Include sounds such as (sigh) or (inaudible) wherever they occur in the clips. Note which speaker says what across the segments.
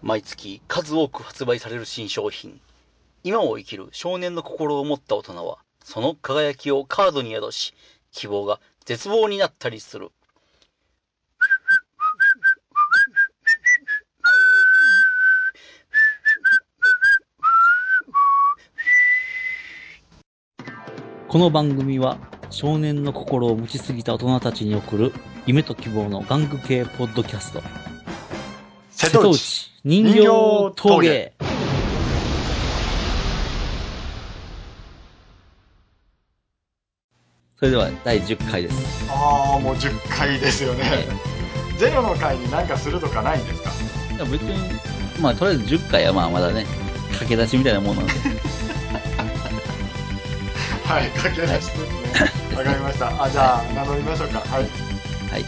Speaker 1: 毎月数多く発売される新商品。今を生きる少年の心を持った大人は、その輝きをカードに宿し、希望が絶望になったりする。この番組は少年の心を持ちすぎた大人たちに送る夢と希望の玩具系ポッドキャスト。
Speaker 2: 瀬戸内。
Speaker 1: 人
Speaker 2: 形陶芸。
Speaker 1: それでは第10回です。
Speaker 2: ああ、もう10回ですよね。ゼロの回に何かするとかないんですか
Speaker 1: いや別に、まあとりあえず10回はまあまだね、駆け出しみたいなもんなん (laughs) で。
Speaker 2: はい、駆け出しですね。わかりました。あ、じゃあ、名乗りましょうか。はい。
Speaker 1: はい。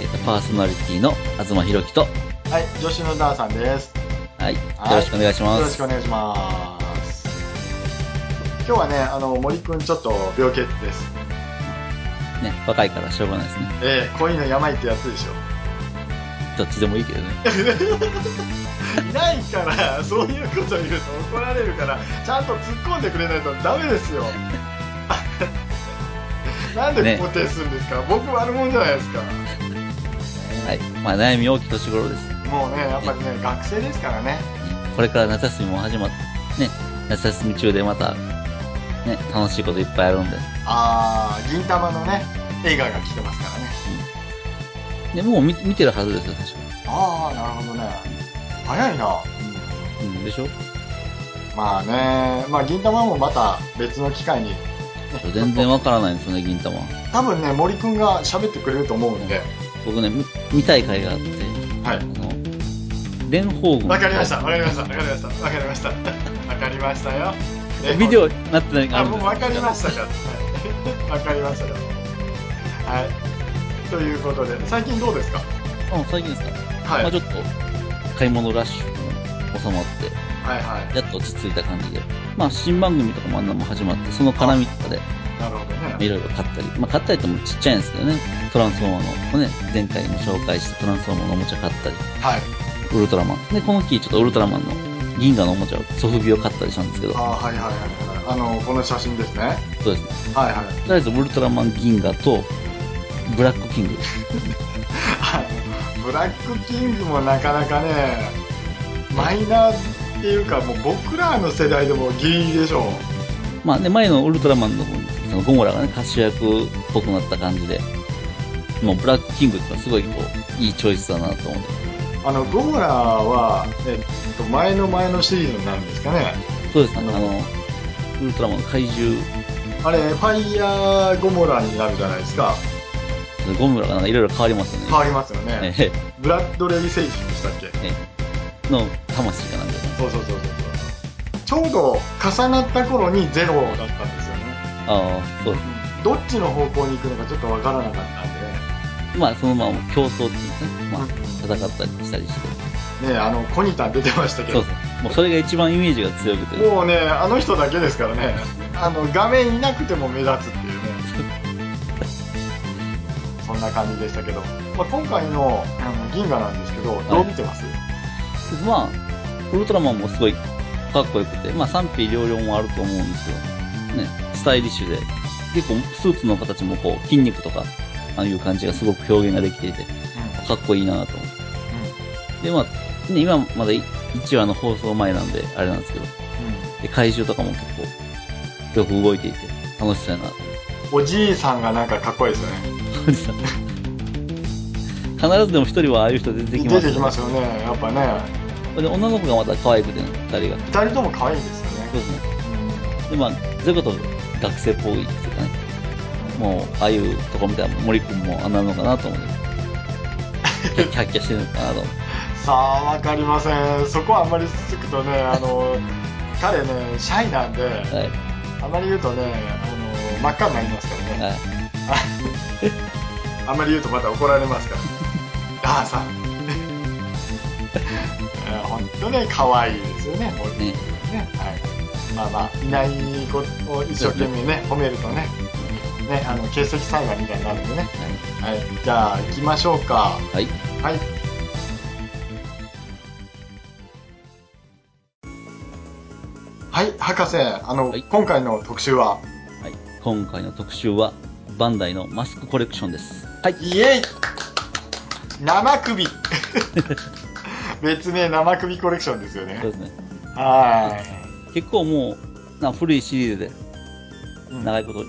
Speaker 1: えっ、と、パーソナリティの東博樹と、
Speaker 2: はい、女子のダーさんです。
Speaker 1: はい。よ
Speaker 2: はい
Speaker 1: ろしくお願いします。
Speaker 2: よろしくお願いします。今日はね、あの、森くんちょっと病気です。
Speaker 1: ね、若いからしょうがないですね。
Speaker 2: えー、恋の病ってやつでしょ。
Speaker 1: どっちでもいいけどね。
Speaker 2: いないから、 (laughs) そういうこと言うと怒られるから、ちゃんと突っ込んでくれないとダメで
Speaker 1: (laughs)
Speaker 2: すよ。なんで肯定するんですか、僕悪者じゃないですか。
Speaker 1: (laughs) はい。まあ悩み大きい年頃です。
Speaker 2: もうね、やっぱりね、学生ですからね。
Speaker 1: これから夏休みも始まって、ね、夏休み中でまた、ね、楽しいこといっぱいあるんで。
Speaker 2: あー、銀玉のね、映画が来てますからね。
Speaker 1: で、もう見見てるはずですよ、確か
Speaker 2: あー、なるほどね。早いな。
Speaker 1: に。うん、でしょ
Speaker 2: まあね、まあ銀玉もまた別の機会に。ね
Speaker 1: 全然わからないんですよね、銀玉。
Speaker 2: 多分ね、森くんが喋ってくれると思うんで。
Speaker 1: 僕ね、み見たい回があって、
Speaker 2: は
Speaker 1: あ
Speaker 2: い。
Speaker 1: の、蓮舫軍。
Speaker 2: わかりました、わかりました、わかりました、わかりました。わかりましたよ。
Speaker 1: えビデオになってない
Speaker 2: あ、
Speaker 1: るん
Speaker 2: も
Speaker 1: で
Speaker 2: う
Speaker 1: す
Speaker 2: わかりましたか。はいわかりましたよ。はい。ということで、最近どうですか
Speaker 1: うん、最近ですか。
Speaker 2: はい。
Speaker 1: まあ
Speaker 2: はい
Speaker 1: ちょっと、買い物ラッシュも収まって、
Speaker 2: は
Speaker 1: やっと落ち着いた感じで。まあ新番組とかもあんなもん始まって、その絡みとかで、
Speaker 2: い。なるほどね。
Speaker 1: いろいろ買ったり、まあ、買ったりともちっちゃいんですけどね、トランスフォーマーの、ね、前回も紹介したトランスフォーマーのおもちゃ買ったり、
Speaker 2: はい。
Speaker 1: ウルトラマン。で、この木、ちょっとウルトラマンの銀河のおもちゃを、ソフビを買ったりしたんですけど、
Speaker 2: あーはいはいはいはい。あの、この写真ですね。はい
Speaker 1: そうですね。
Speaker 2: はい。
Speaker 1: と
Speaker 2: (laughs)
Speaker 1: りあえず、ウルトラマン銀河と、ブラックキング。
Speaker 2: あのブラックキングもなかなかね、マイナーっていうか、もう僕らの世代でもギリギリでしょ
Speaker 1: まあ、ね、前のウルトラマンの、そのゴモラがね、歌手役っぽくなった感じで、もうブラックキングってのはすごい、こう、いいチョイスだなと思って。
Speaker 2: あの、ゴーラは、えっと、前の前のシリーズになるんですかね。
Speaker 1: そうですね、
Speaker 2: あの
Speaker 1: あの、ウルトラマンの怪獣、
Speaker 2: あれ、ファイヤーゴモラになるじゃないですか。
Speaker 1: ゴムラがなんかいろいろ変わりますよ
Speaker 2: 変わりますよね。
Speaker 1: ね。え
Speaker 2: ブラッドレイ星人でしたっけ
Speaker 1: えの魂かなんかな。
Speaker 2: そうそうそうそうそう。ちょうど重なった頃にゼロだったんですよね。
Speaker 1: ああ、そうで
Speaker 2: どっちの方向に行くのかちょっとわからなかったんでね。
Speaker 1: す。まあ、そのまま競争っていうんですかね。まあ、戦ったりしたりして。
Speaker 2: ねあの、コニタン出てましたけ
Speaker 1: そう
Speaker 2: ど
Speaker 1: で。す。もうそれが一番イメージが強くて。
Speaker 2: もうね、あの人だけですからね。あの、画面いなくても目立つっていうね。そんな感じでしたけど。まあ、今回のあの銀河なんですけど、どう見てます、
Speaker 1: まあ、ウルトラマンもすごいかっこよくて、まあ賛否両論もあると思うんですよ。ね、スタイリッシュで。結構スーツの形もこう、筋肉とか、ああいう感じがすごく表現ができていて、かっこいいなと思って。で、まあ、ね、今まだ1話の放送前なんで、あれなんですけど、
Speaker 2: うん
Speaker 1: で、怪獣とかも結構、よく動いていて、楽しそうやなと
Speaker 2: うんおじいさんがなんかかっこいいですよね。
Speaker 1: おじさん必ずでも一人はああいう人出てきま
Speaker 2: 出
Speaker 1: すよ
Speaker 2: てきますよね、やっぱね。
Speaker 1: で女の子がまた可愛くてね二人が
Speaker 2: 二人とも可愛いですよね
Speaker 1: そう。ですねでまあゼコと学生っぽいっていうかねもうああいうとこ見たら森君もあんなのかなと思ってキャッキャッキャしてるのかなと思って
Speaker 2: さあ、わかりません。そこはあんまりつつくとね、あの、彼ね、シャイなんで、
Speaker 1: はい
Speaker 2: あまり言うとね、あの、真っ赤になりますからね。
Speaker 1: はい
Speaker 2: あんまり言うとまた怒られます (laughs) から。ダーさん。 (laughs) 本当ね、可愛いですよね、森君
Speaker 1: ね
Speaker 2: ね。はい。まあまあ、いないことを一生懸命ね、褒めるとね、ね、あの、形跡裁判みたいになるんでね。はい。じゃあ、行きましょうか。
Speaker 1: はいはい
Speaker 2: はい。はい、博士、あの、
Speaker 1: はい
Speaker 2: 今回の特集は、
Speaker 1: はい。今回の特集は、バンダイのマスクコレクションです。はい。
Speaker 2: イエイ
Speaker 1: (laughs)
Speaker 2: 生首別名生首コレクションですよ
Speaker 1: そう
Speaker 2: ね。
Speaker 1: ですね。
Speaker 2: は
Speaker 1: 結構もう、な古いシリーズで
Speaker 2: ーい。うん
Speaker 1: 長いこと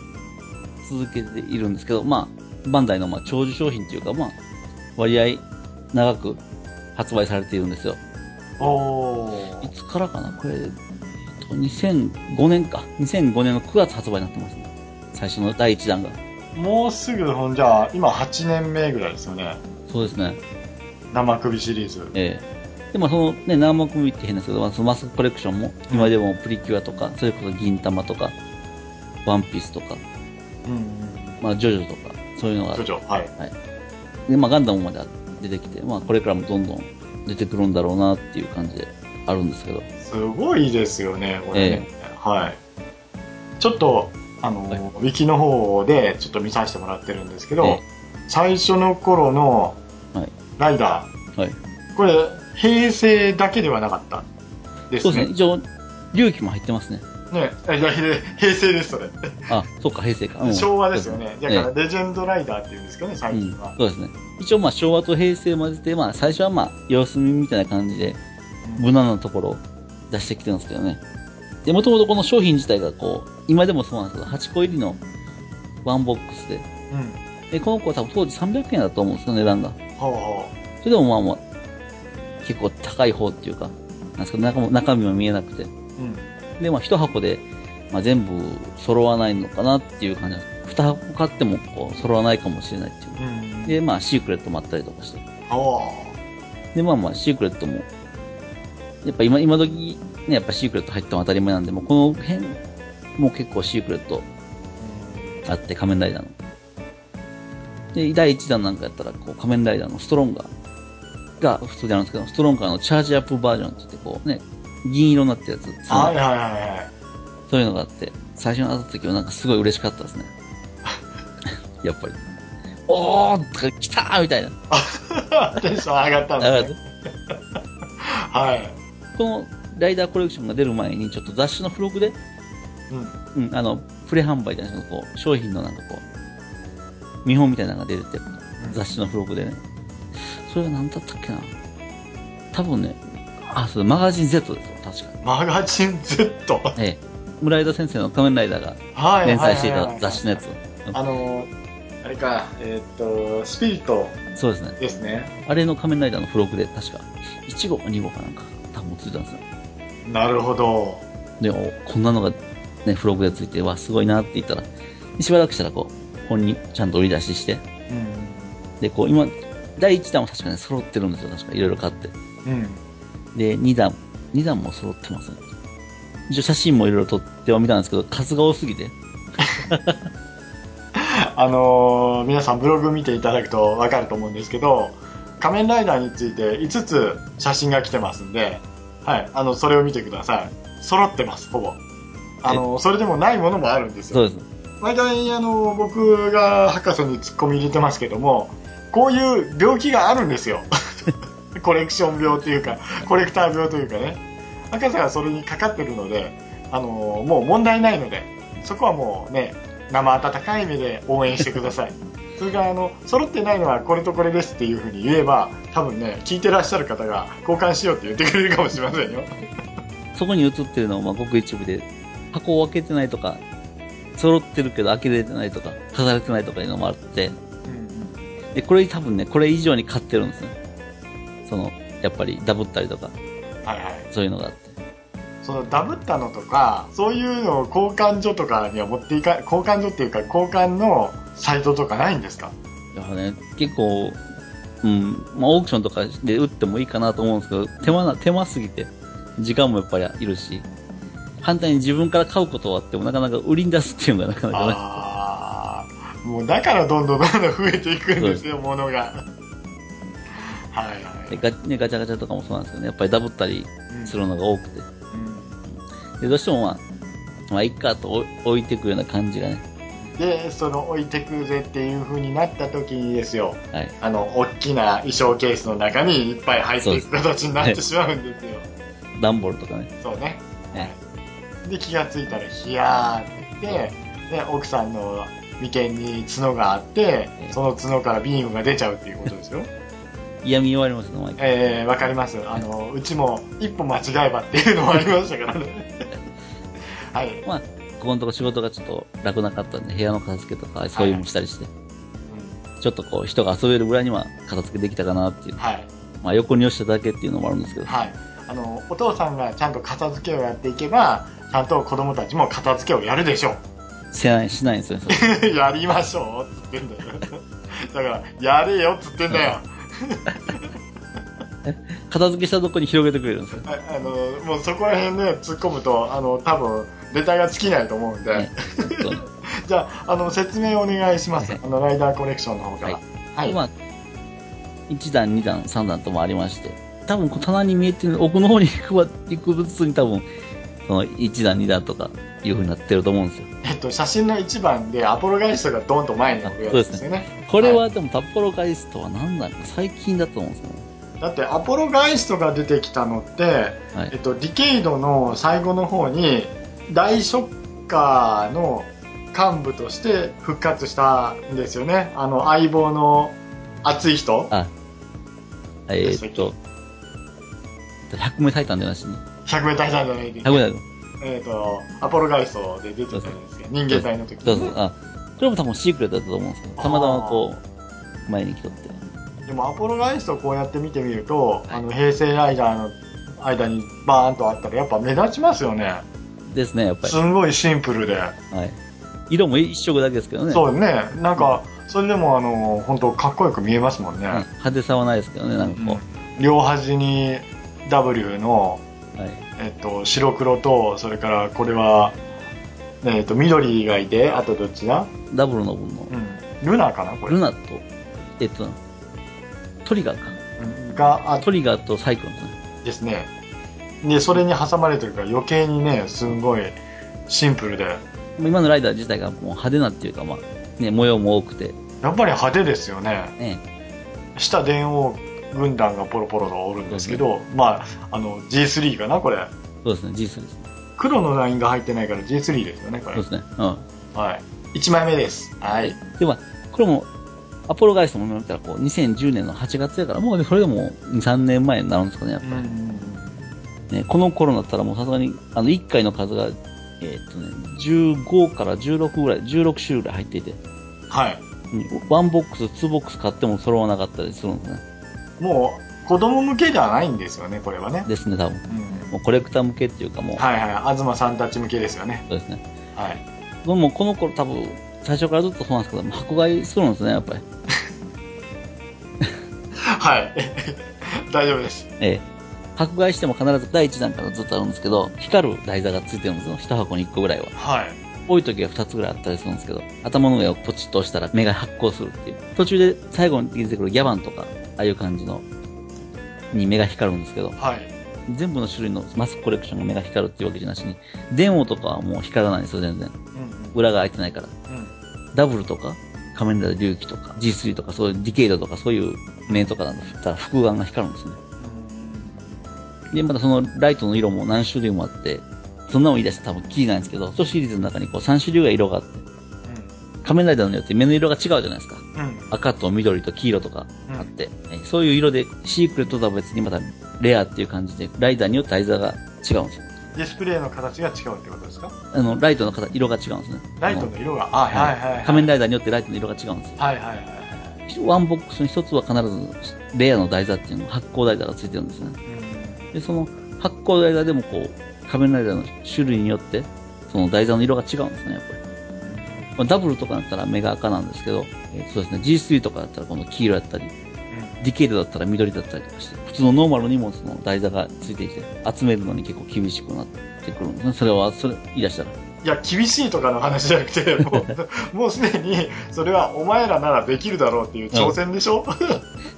Speaker 1: 続けているんですけど、まあ、バンダイのまあ長寿商品というか、まあ、割合長く発売されているんですよ。
Speaker 2: お
Speaker 1: い
Speaker 2: ー
Speaker 1: つからかなこれ、えっと2005年か。2005年の9月発売になってますね。最初の第1弾が。
Speaker 2: もうすぐ、ほんじゃあ、今8年目ぐらいですよね。
Speaker 1: そうですね。
Speaker 2: 生首シリーズ。
Speaker 1: ええで、まあ、そのね、生首って変ですけど、まあ、そのマスクコレクションも、今でもプリキュアとか、それこそ銀玉とか、ワンピースとか、
Speaker 2: うんうん。
Speaker 1: まあ、ジョジョとか、そういうのが
Speaker 2: ジョジョ、はい。
Speaker 1: で、まあ、ガンダムまで出てきて、まあ、これからもどんどん出てくるんだろうなっていう感じであるんですけど、
Speaker 2: すごいですよね、これね。はい。ちょっと、あの、
Speaker 1: はい
Speaker 2: ウィキの方でちょっと見させてもらってるんですけど、
Speaker 1: え
Speaker 2: 最初の頃の
Speaker 1: はい
Speaker 2: ライダ
Speaker 1: はい。
Speaker 2: ー、これ、平成だけではなかったです
Speaker 1: そうで
Speaker 2: ね。
Speaker 1: すね、一応、隆起も入ってますね。
Speaker 2: ねあいやいや平成です、それ。
Speaker 1: あ、そうか、平成か。うん
Speaker 2: 昭和ですよね。
Speaker 1: そう
Speaker 2: だ
Speaker 1: です
Speaker 2: から、レジェンドライダーっていうんですけどね、最
Speaker 1: うん
Speaker 2: 近は、。
Speaker 1: そうですね。一応、まあ、昭和と平成を混ぜて、まあ、最初はまあ、様子見みたいな感じで、無難なところを出してきてるんですけどね。で、もともとこの商品自体がこう、今でもそうなんですけど、8個入りのワンボックスで、
Speaker 2: うん。うん
Speaker 1: で、この子は多分当時300円だと思うんですよ、値段が。
Speaker 2: ほうほ
Speaker 1: それでもまあまあ、結構高い方っていうか、なんですけど、中も中身も見えなくて。
Speaker 2: う。うん。
Speaker 1: で、まあ一箱で、まあ全部揃わないのかなっていう感じなんです。二箱買ってもこう揃わないかもしれないっていう
Speaker 2: うん。
Speaker 1: で、まあシークレットもあったりとかして。
Speaker 2: ほ
Speaker 1: で、まあまあ、シークレットも、やっぱ今、今時、ね、やっぱシークレット入っても当たり前なんで、もうこの辺、もう結構シークレット
Speaker 2: う。
Speaker 1: あって、仮面ライダーの。で、第1弾なんかやったら、こう、仮面ライダーのストロンガーが普通であるんですけど、ストロンガーのチャージアップバージョンって言って、こうね、銀色になったやつ、そ
Speaker 2: はい
Speaker 1: の
Speaker 2: はいはいはい。
Speaker 1: そういうのがあって、最初に当たった時はなんかすごい嬉しかったですね。やっぱり。おーとか来たーみたいな。
Speaker 2: (laughs) テンション上がったん
Speaker 1: だから
Speaker 2: ですね。はい。
Speaker 1: このライダーコレクションが出る前に、ちょっと雑誌の付録で、
Speaker 2: うん。
Speaker 1: うん、あの、プレ販売じゃないですけど、こう、商品のなんかこう、見本みたいなのが出てて、雑誌の付録でね。それが何だったっけな多分ね、あ、そう、マガジン Z ですよ、確かに。
Speaker 2: マガジン Z。は
Speaker 1: ええ。村井田先生の仮面ライダーが
Speaker 2: い。
Speaker 1: 連載していた雑誌
Speaker 2: ね。
Speaker 1: のやつ。
Speaker 2: あのー、あれか、えーっと、スピリット
Speaker 1: そうですね。
Speaker 2: ですね。
Speaker 1: あれの仮面ライダーの付録で、確か、1号か2号かなんか、多分映ってたんですよ。
Speaker 2: なるほど。
Speaker 1: で、おこんなのが、ね、付録でついて、わ、すごいなって言ったら、でしばらくしたらこう、本にちゃんと売り出しして、
Speaker 2: うん。
Speaker 1: で、こう、今、第1弾も確かね、揃ってるんですよ、確か。いろいろ買って。
Speaker 2: うん。
Speaker 1: で、2弾、2弾も揃ってますね。一応写真もいろいろ撮ってはみたんですけど、数が多すぎて。
Speaker 2: あのー、皆さんブログ見ていただくとわかると思うんですけど、仮面ライダーについて5つ写真が来てますんで、はい、あの、それを見てください。揃ってます、ほぼ。あのー、それでもないものもあるんですよ
Speaker 1: そう。です。
Speaker 2: 毎回あの僕が博士にツッコミ入れてますけどもこういう病気があるんですよ (laughs) コレクション病というかコレクター病というかね博士はそれにかかってるのであのもう問題ないのでそこはもうね生温かい目で応援してください (laughs) それからあの揃ってないのはこれとこれですっていうふうに言えば多分ね聞いてらっしゃる方が交換しようって言ってくれるかもしれませんよ
Speaker 1: そこに写ってるのは、まあ、ごく一部で、箱を開けてないとか、揃ってるけど開けれてないとか、飾れてないとかいうのもあって、で、これ多分ね、これ以上に買ってるんですね。その、やっぱりダブったりとか、
Speaker 2: はいはい
Speaker 1: そういうのがあって。
Speaker 2: そのダブったのとかそういうのを交換所とかには持っていか交換所っていうか交換のサイトとかないんですか
Speaker 1: いやね、結構、うん、まあ、オークションとかで売ってもいいかなと思うんですけど、手間な、手間すぎて、時間もやっぱりいるし、反対に自分から買うことはあっても、なかなか売りに出すっていうのがなかなかね、
Speaker 2: ああもうだからどんどんどんどん増えていくんですよものがはいはい、
Speaker 1: でガねガチャガチャとかもそうなんですけどね、やっぱりダブったり
Speaker 2: うん
Speaker 1: するのが多くて、
Speaker 2: うん
Speaker 1: で、どうしてもまあ、まあ、いっかと置置いていくような感じがね、
Speaker 2: でその置いてくぜっていう風になった時にですよ
Speaker 1: はい。
Speaker 2: あの大きな衣装ケースの中にいっぱい入っていく形になってしまうんですよ
Speaker 1: ダンボールとかね、
Speaker 2: そうね
Speaker 1: ね
Speaker 2: で気がついたらヒヤーって言ってで奥さんの眉間に角があってその角からビームが出ちゃうっていうことですよ
Speaker 1: 嫌味言われますね、毎回。
Speaker 2: (laughs) えーわかりますあのうちも一歩間違えばっていうのもありましたからね (laughs) はい
Speaker 1: まあ、ここのとこ仕事がちょっと楽なかったんで、部屋の片付けとか、そういうのもしたりして、
Speaker 2: う。
Speaker 1: ちょっとこう、人が遊べるぐらいには片付けできたかなっていうん
Speaker 2: はい
Speaker 1: まあ、横に寄せただけっていうのもあるんですけど、
Speaker 2: はい、あのお父さんがちゃんと片付けをやっていけばちゃんと子供たちも片付けをやるでしょ
Speaker 1: せない、しないんですよね、それ
Speaker 2: う (laughs) やりましょうっつってんだよ (laughs) だからやれよっつってんだよ
Speaker 1: 片付けしたとこに広げてくれるん
Speaker 2: (laughs)
Speaker 1: ですよ。
Speaker 2: ああのもうそこら辺ね突っ込むとあの多分ネタが尽きないと思うんで、
Speaker 1: ね本当に
Speaker 2: じゃああの説明お願いします、
Speaker 1: はい
Speaker 2: あのライダーコレクションの方から
Speaker 1: はい
Speaker 2: はい、
Speaker 1: まあ、1段、2段、3段ともありまして、多分こう棚に見えてる奥の方に配っていく物に多分、その1段、2段とかいう風になってると思うんですよ。
Speaker 2: えっと、写真の一番でアポロガイストがドンと前に置くやつですよね
Speaker 1: これはでも、タッポロガイストは何なんか最近だと思うんですよね。
Speaker 2: だってアポロガイストが出てきたのって
Speaker 1: はい
Speaker 2: えっと、ディケイドの最後の方に大ショッカーの幹部として復活したんですよねあの相棒の熱い人
Speaker 1: あえーっと、100名タイタンでなしに。
Speaker 2: 100名大さんじゃないで、
Speaker 1: 100名タイ
Speaker 2: えっとアポロガイストで出てたじゃないですか人間体の時
Speaker 1: タン。そうそう。あ、これも多分シークレットだったと思うんですけど、たまたまこう、前に来とって。
Speaker 2: でもアポロガイストをこうやって見てみると、あの平成ライダーの間にバーンとあったらやっぱ目立ちますよね
Speaker 1: ですね、やっぱ
Speaker 2: すんごいシンプルで、
Speaker 1: り。はい。色も一色だけですけどね。
Speaker 2: そうねなんかそれでもあの本当かっこよく見えますもんね、
Speaker 1: うん派手さはないですけどね、なんかこ
Speaker 2: 両端に W の、
Speaker 1: う。はい。
Speaker 2: えっと、白黒とそれからこれは、えっと、緑がいてあとどっちだ、
Speaker 1: ダブルの分の
Speaker 2: う、ん、ルナかなこれ
Speaker 1: ルナと、えっと、トリガーか。
Speaker 2: うんがあ
Speaker 1: トリガーとサイクロンですね。
Speaker 2: ですねでそれに挟まれてるから余計にねすんごいシンプルで
Speaker 1: もう今のライダー自体がもう派手なっていうか、まあ、ね、模様も多くて、
Speaker 2: やっぱり派手ですよね
Speaker 1: ね、
Speaker 2: 下電王軍団がポロポロとおるんですけど、まああの G3 かなこれ
Speaker 1: そうですね、事実ですね。
Speaker 2: 黒のラインが入ってないから G3 ですよね
Speaker 1: そ
Speaker 2: こ
Speaker 1: う
Speaker 2: れ
Speaker 1: で、すね。うん。
Speaker 2: はい、1枚目ですはい
Speaker 1: で、まあ、これも、アポロガイストも見たら、こう、2010年の8月やから、もうね、それでも2、3年前になるんですかね、やっぱ
Speaker 2: うんうん
Speaker 1: りね。この頃になったら、もうさすがに、あの、1回の数が、えーっとね、15から16ぐらい、16種類ぐらい入っていて、
Speaker 2: うんはい
Speaker 1: うんワンボックス、ツーボックス買っても揃わなかったりするんですね。
Speaker 2: もう子供向けではないんですよね、これはね。
Speaker 1: ですね、多分。
Speaker 2: うん
Speaker 1: もうコレクター向けっていうか、もう、
Speaker 2: はいはい、東さんたち向けですよね。
Speaker 1: そうですね。
Speaker 2: はい。
Speaker 1: もうもうこの頃多分、最初からずっとそうなんですけど、箱買いするんですね、やっぱり。
Speaker 2: はい。 (laughs) 大丈夫です。
Speaker 1: ええ。迫害しても必ず第1弾からずっとあるんですけど、光る台座がついてるんですよ。一箱に1個ぐらいは。
Speaker 2: はい。
Speaker 1: 多い時は2つぐらいあったりするんですけど、頭の上をポチッと押したら目が発光するっていう。途中で最後に出てくるギャバンとか、ああいう感じの、に目が光るんですけど、
Speaker 2: はい。
Speaker 1: 全部の種類のマスクコレクションが目が光るっていうわけじゃなしに、電王とかはもう光らないんですよ、全然。
Speaker 2: うん
Speaker 1: 裏が開いてないから。
Speaker 2: うんうん
Speaker 1: ダブルとか、仮面ライダー龍騎とか、G3 とか、そういうディケイドとか、そういう面とかなんだったら、複眼が光るんですね。で、またそのライトの色も何種類もあって、そんなの言い出したら多分キリないんですけど、そのシリーズの中にこう3種類が色があって、仮面ライダーによって目の色が違うじゃないですか。
Speaker 2: うんうん
Speaker 1: 赤と緑と黄色とかあって、えそういう色で、シークレットとは別にまたレアっていう感じで、ライダーによって台座が違うんですよ。
Speaker 2: ディスプレイの形が違うってことですか
Speaker 1: あの、ライトの形、色が違うんですね。
Speaker 2: ライト
Speaker 1: あ
Speaker 2: の色が。あ、はいはいはい。
Speaker 1: 仮面
Speaker 2: ラ
Speaker 1: ライ
Speaker 2: イ
Speaker 1: ダーによってライトの色が違うんですよ。
Speaker 2: はいはいはい。
Speaker 1: ワンボックスに一つは必ずレアの台座っていうの、発光台座がついてるんですね。で、その発光台座でもこう、仮面ライダーの種類によって、その台座の色が違うんですね、やっぱり。まあ、ダブルとかだったら目が赤なんですけど、えーそうですね、G3 とかだったらこの黄色だったり、ディケイドだったら緑だったりとかして、普通のノーマルの荷物の台座がついていて、集めるのに結構厳しくなってくるんですね。それは、それ言い出したら。
Speaker 2: いや、厳しいとかの話じゃなくて、もう、もうすでに、それはお前らならできるだろうっていう挑戦でしょ、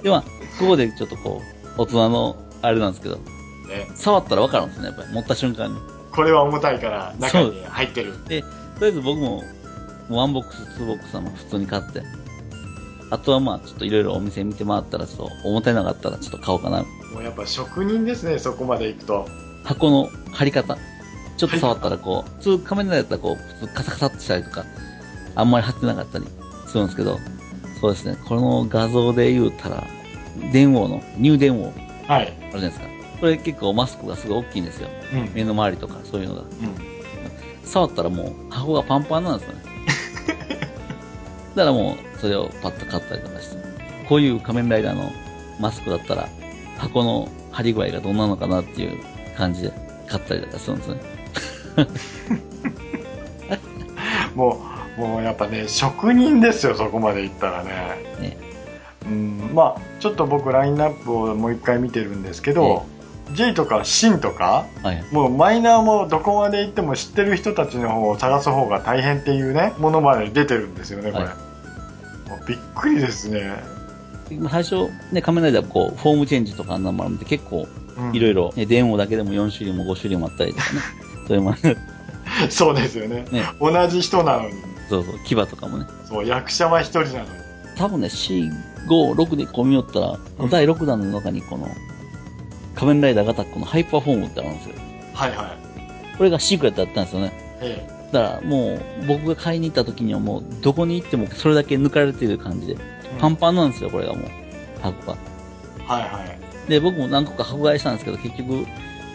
Speaker 1: で、まあ、ここでちょっとこう、大人の、あれなんですけど、
Speaker 2: (laughs) ね、
Speaker 1: 触ったらわかるんですね、やっぱり。持った瞬間に。
Speaker 2: これは重たいから中に入ってる。
Speaker 1: で、とりあえず僕も、ワンボックス、ツーボックスはまあ普通に買って、あとはまあ、ちょっといろいろお店見て回ったら、ちょっと重たいのがあったら、ちょっと買おうかな。
Speaker 2: もうやっぱ職人ですね、そこまで行くと。
Speaker 1: 箱の貼り方。ちちょっと触ったらこう、普通仮面ライダーだったらこう、普通カサカサってしたりとか、あんまり貼ってなかったりするんですけど、そうですね、この画像で言うたら、電王の、ニュー電王、
Speaker 2: はい。
Speaker 1: あるじゃないですか。これ結構マスクがすごい大きいんですよ。
Speaker 2: うん。うん。
Speaker 1: 目の周りとかそういうのが。触ったらもう、箱がパンパンなんですよね。だからもう、それをパッと買ったりとかして。こういう仮面ライダーのマスクだったら、箱の張り具合がどんなのかなっていう感じで買ったりとかするんですね。
Speaker 2: もう、もうやっぱね、職人ですよ、そこまでいったらね。
Speaker 1: ね
Speaker 2: うん、まあ、ちょっと僕、ラインナップをもう一回見てるんですけど、J とかシンとか、
Speaker 1: はい。
Speaker 2: もうマイナーもどこまで行っても知ってる人たちの方を探す方が大変っていうね、ものまで出てるんですよね、これ。
Speaker 1: はい
Speaker 2: もうびっくりですね。
Speaker 1: まあ最初、ね、仮面ライダーこう、フォームチェンジとかあんなのもあるんで、結構、
Speaker 2: うん
Speaker 1: いろいろ、ね、電王だけでも4種類も5種類もあったりと (laughs) かね。それもある、
Speaker 2: そうですよね
Speaker 1: ね
Speaker 2: 同じ人なのに
Speaker 1: そうそう、牙とかもね。
Speaker 2: そう役者は一人なのに
Speaker 1: 多分ね、4、5、6でこう見よったら、
Speaker 2: うん
Speaker 1: 第6弾の中にこの、仮面ライダーガタックのハイパーフォームってあるんですよ。
Speaker 2: はいはい
Speaker 1: これがシークレットだったんですよね。
Speaker 2: え
Speaker 1: だからもう、僕が買いに行った時にはもう、どこに行ってもそれだけ抜かれてる感じで、
Speaker 2: え
Speaker 1: パンパンなんですよ、これがもう、箱が。
Speaker 2: はいはい
Speaker 1: で、僕も何個か箱買いしたんですけど、結局、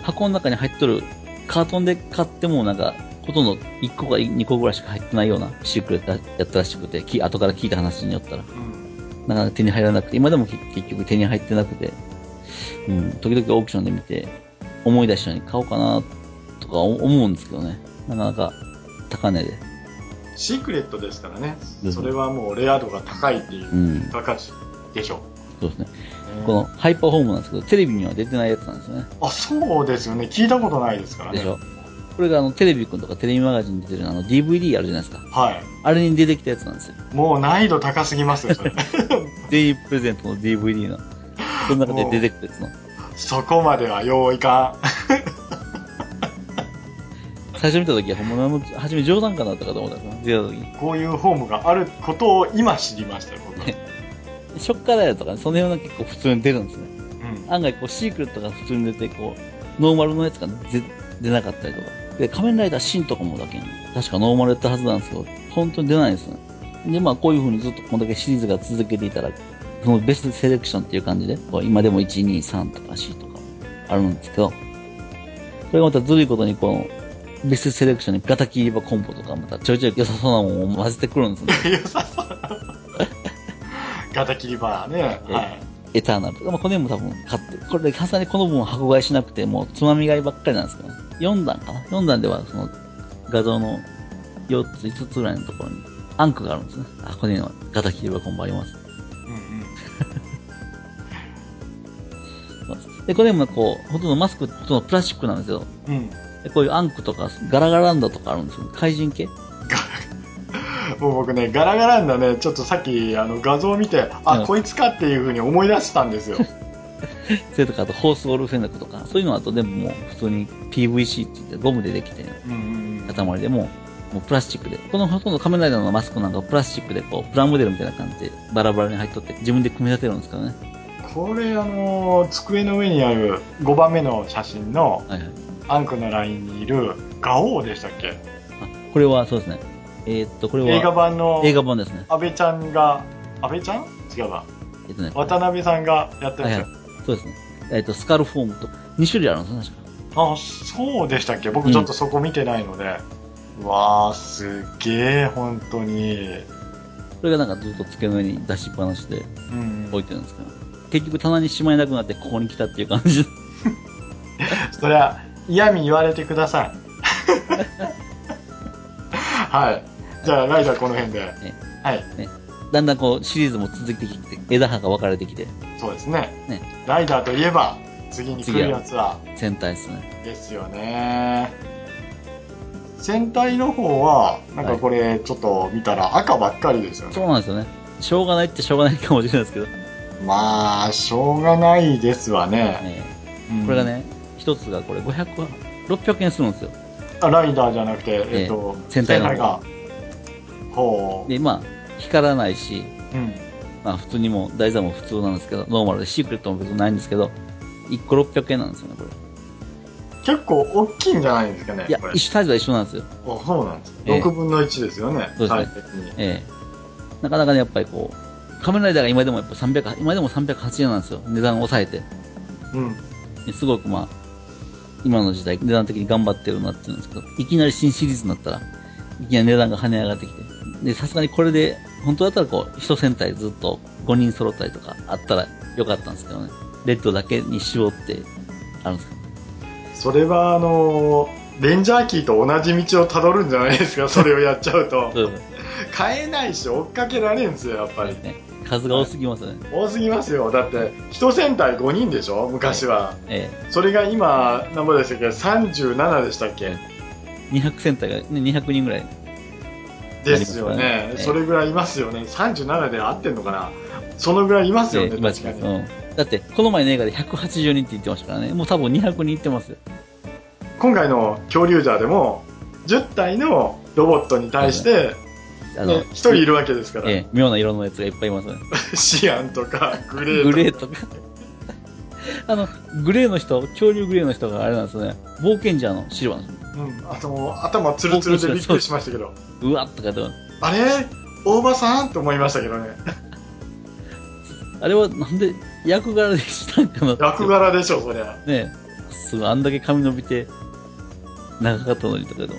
Speaker 1: 箱の中に入っとる、カートンで買ってもなんか、ほとんど1個か2個ぐらいしか入ってないようなシークレットやったらしくて、き後から聞いた話によったら。
Speaker 2: うん
Speaker 1: なかなか手に入らなくて、今でも結結局手に入ってなくて、うん、時々オークションで見て、思い出したように買おうかな、とか思思うんですけどね。なかなか高値で。
Speaker 2: シークレットですからね
Speaker 1: うん、
Speaker 2: それはもうレア度が高いっていううん高値でしょ
Speaker 1: そうですね。
Speaker 2: う、ね
Speaker 1: このハイパーホームなんですけど、テレビには出てないやつなんですよね。
Speaker 2: あそうですよね聞いたことないですからね
Speaker 1: でしょこれがあのテレビくんとかテレビマガジンに出てるあの DVD あるじゃないですか。
Speaker 2: は
Speaker 1: あれに出てきたやつなんですよ。
Speaker 2: いもう難易度高すぎますよそれ (laughs)
Speaker 1: デイプレゼントの DVD の。その中で出てくるやつの。
Speaker 2: そこまではよういか
Speaker 1: 最初見た時は、ほんま何も、初め冗談かなとかと思ったんですよ。出た時に。
Speaker 2: んこういうフォームがあることを今知りましたよ僕は、
Speaker 1: ショッカーライダーとかね、その辺は結構普通に出るんですね。
Speaker 2: うん、 (laughs)
Speaker 1: 案外こうシークレットが普通に出てこうノーマルのやつが出出なかったりとかで仮面ライダーシンとかもだけに確かノーマルやったはずなんですけど本当に出ないんですねでまあこういう風にずっとこんだけシリーズが続けていたらそのベストセレクションっていう感じでこう今でも123とか C とかあるんですけどそれがまたずるいことにこのベストセレクションにガタキリバコンボとかまたちょいちょい良さそうなもんを混ぜてくるんですね
Speaker 2: 良さそうなガタキリバーね、
Speaker 1: え
Speaker 2: はい
Speaker 1: エターナル。まあ、この辺も多分買って、これで、さすがにこの分は箱買いしなくて、もうつまみ買いばっかりなんですけど、ね、4段かな ?4 段では、その、画像の4つ、5つぐらいのところに、アンクがあるんですね。あ、ここには、ガタキリバコンボあります。
Speaker 2: うんうん
Speaker 1: そうですで、これもこう、ほとんどマスク、ほとんどプラスチックなんですよ。
Speaker 2: うん、
Speaker 1: でこういうアンクとか、ガラガランダとかあるんですよ。怪人系
Speaker 2: もう僕ね、ガラガラんだね、ちょっとさっきあの画像を見て、あ、
Speaker 1: うん
Speaker 2: こいつかっていうふうに思い出したん (laughs) ですよ。
Speaker 1: それとか、あと、ホースオールフェネクとか、そういうのはあと全部もう、普通に PVC って言って、ゴムでできてる
Speaker 2: うんうんうん
Speaker 1: 塊でもう、もうプラスチックで。このほとんど仮面ライダーのマスクなんかプラスチックでこう、プラモデルみたいな感じでバラバラに入っとって自分で組み立てるんですからね。
Speaker 2: これ、あのー机の上にある5番目の写真の
Speaker 1: はいはい。
Speaker 2: アンクのラインにいるガオウでしたっけ
Speaker 1: あ、これはそうですね。えーっと、これは
Speaker 2: 映画版の
Speaker 1: 映画版ですね。
Speaker 2: 安倍ちゃんが、安倍ちゃん違うわ。
Speaker 1: えっとね。
Speaker 2: 渡辺さんがやってる
Speaker 1: は
Speaker 2: ん
Speaker 1: い
Speaker 2: で
Speaker 1: は
Speaker 2: す
Speaker 1: い
Speaker 2: よ。。
Speaker 1: そうですね。えーっと、スカルフォームと2種類あるんですね、確か。
Speaker 2: あ、そうでしたっけ僕ちょっとそこ見てないので。うわー、すげー、本当に。
Speaker 1: これがなんかずっと机の上に出しっぱなしで
Speaker 2: うん
Speaker 1: 置いてるんですけど、結局棚にしまえなくなってここに来たっていう感じ (laughs) です。
Speaker 2: そりゃ嫌味言われてく
Speaker 1: (laughs)
Speaker 2: ださいはいじゃあライダーこの辺で
Speaker 1: ね
Speaker 2: はい
Speaker 1: だんだんこうシリーズも続いてきて、枝葉が分かれてきて、
Speaker 2: そうですね
Speaker 1: ね
Speaker 2: ライダーといえば次に来るやつは
Speaker 1: 戦隊ですね。
Speaker 2: ですよね戦隊の方はなんかこれちょっと見たら赤ばっかりですよね、
Speaker 1: そうなんですよね。しょうがないってしょうがないかもしれないですけど、
Speaker 2: まあしょうがないですわね、
Speaker 1: えー
Speaker 2: うん
Speaker 1: これがね、一つがこれ500は、600円するんですよ。
Speaker 2: あライダーじゃなくて、えっと
Speaker 1: 戦隊の方
Speaker 2: がほう、
Speaker 1: で、まあ、光らないし、
Speaker 2: うん、
Speaker 1: まあ普通にもう台座も普通なんですけど、ノーマルでシークレットも別にないんですけど、1個600円なんですよね、これ。
Speaker 2: 結構大きいんじゃないですかね。
Speaker 1: いや
Speaker 2: これ、
Speaker 1: 一緒サイズは一緒なんですよ。
Speaker 2: あそうなんです。
Speaker 1: ええ
Speaker 2: 6分の1ですよね。
Speaker 1: そうですね
Speaker 2: 体的に。
Speaker 1: ええなかなかね、やっぱりこう、仮面ライダーが今でもやっぱ300、今でも380円なんですよ。値段を抑えて。
Speaker 2: うん。
Speaker 1: すごくまあ、今の時代、値段的に頑張ってるなっていうんですけど、いきなり新シリーズになったら、いきなり値段が跳ね上がってきて。で、さすがにこれで、本当だったらこう、一戦隊ずっと5人揃ったりとかあったらよかったんですけどね。レッドだけに絞って、あるんですけど
Speaker 2: それは、あのーレンジャーキーと同じ道をたどるんじゃないです
Speaker 1: (laughs)
Speaker 2: か、それをやっちゃうと。
Speaker 1: そういうことで
Speaker 2: 買えないし、追っかけられんですよ、やっぱり
Speaker 1: す。ね。数が多すぎますよね。
Speaker 2: 多すぎますよ。だって、一戦隊5人でしょ昔は。
Speaker 1: え
Speaker 2: それが今、何ぼでしたっけ ?37 でしたっけ
Speaker 1: え200戦隊が、ね、200人ぐらい。
Speaker 2: ですよ
Speaker 1: なります
Speaker 2: ね
Speaker 1: ね。
Speaker 2: それぐらいいますよね。37で合ってんのかなそのぐらいいますよね、
Speaker 1: 今
Speaker 2: 確かに。
Speaker 1: うん。だって、この前の映画で180人って言ってましたからね。もう多分200人いってますよ。
Speaker 2: 今回の恐竜ジャーでも、10体のロボットに対して、
Speaker 1: あ
Speaker 2: ね、1人いるわけですから。
Speaker 1: ええ妙な色のやつがいっぱいいますね。
Speaker 2: (laughs) シアンとか、グレーと
Speaker 1: グ
Speaker 2: か。
Speaker 1: レーとか。 (laughs) あの、グレーの人、恐竜グレーの人があれなんですよね。冒険者のシルバーの人
Speaker 2: うん、あの頭ツルツルでびっくりしましたけど、
Speaker 1: うわっとかでも、
Speaker 2: あれ大場さんと思いましたけ
Speaker 1: (laughs)
Speaker 2: どね。
Speaker 1: あれはなんで役柄でしたんかなって
Speaker 2: 役柄でしょ、そりゃ。
Speaker 1: ねえすごい、あんだけ髪伸びて、長かったのにとかでも、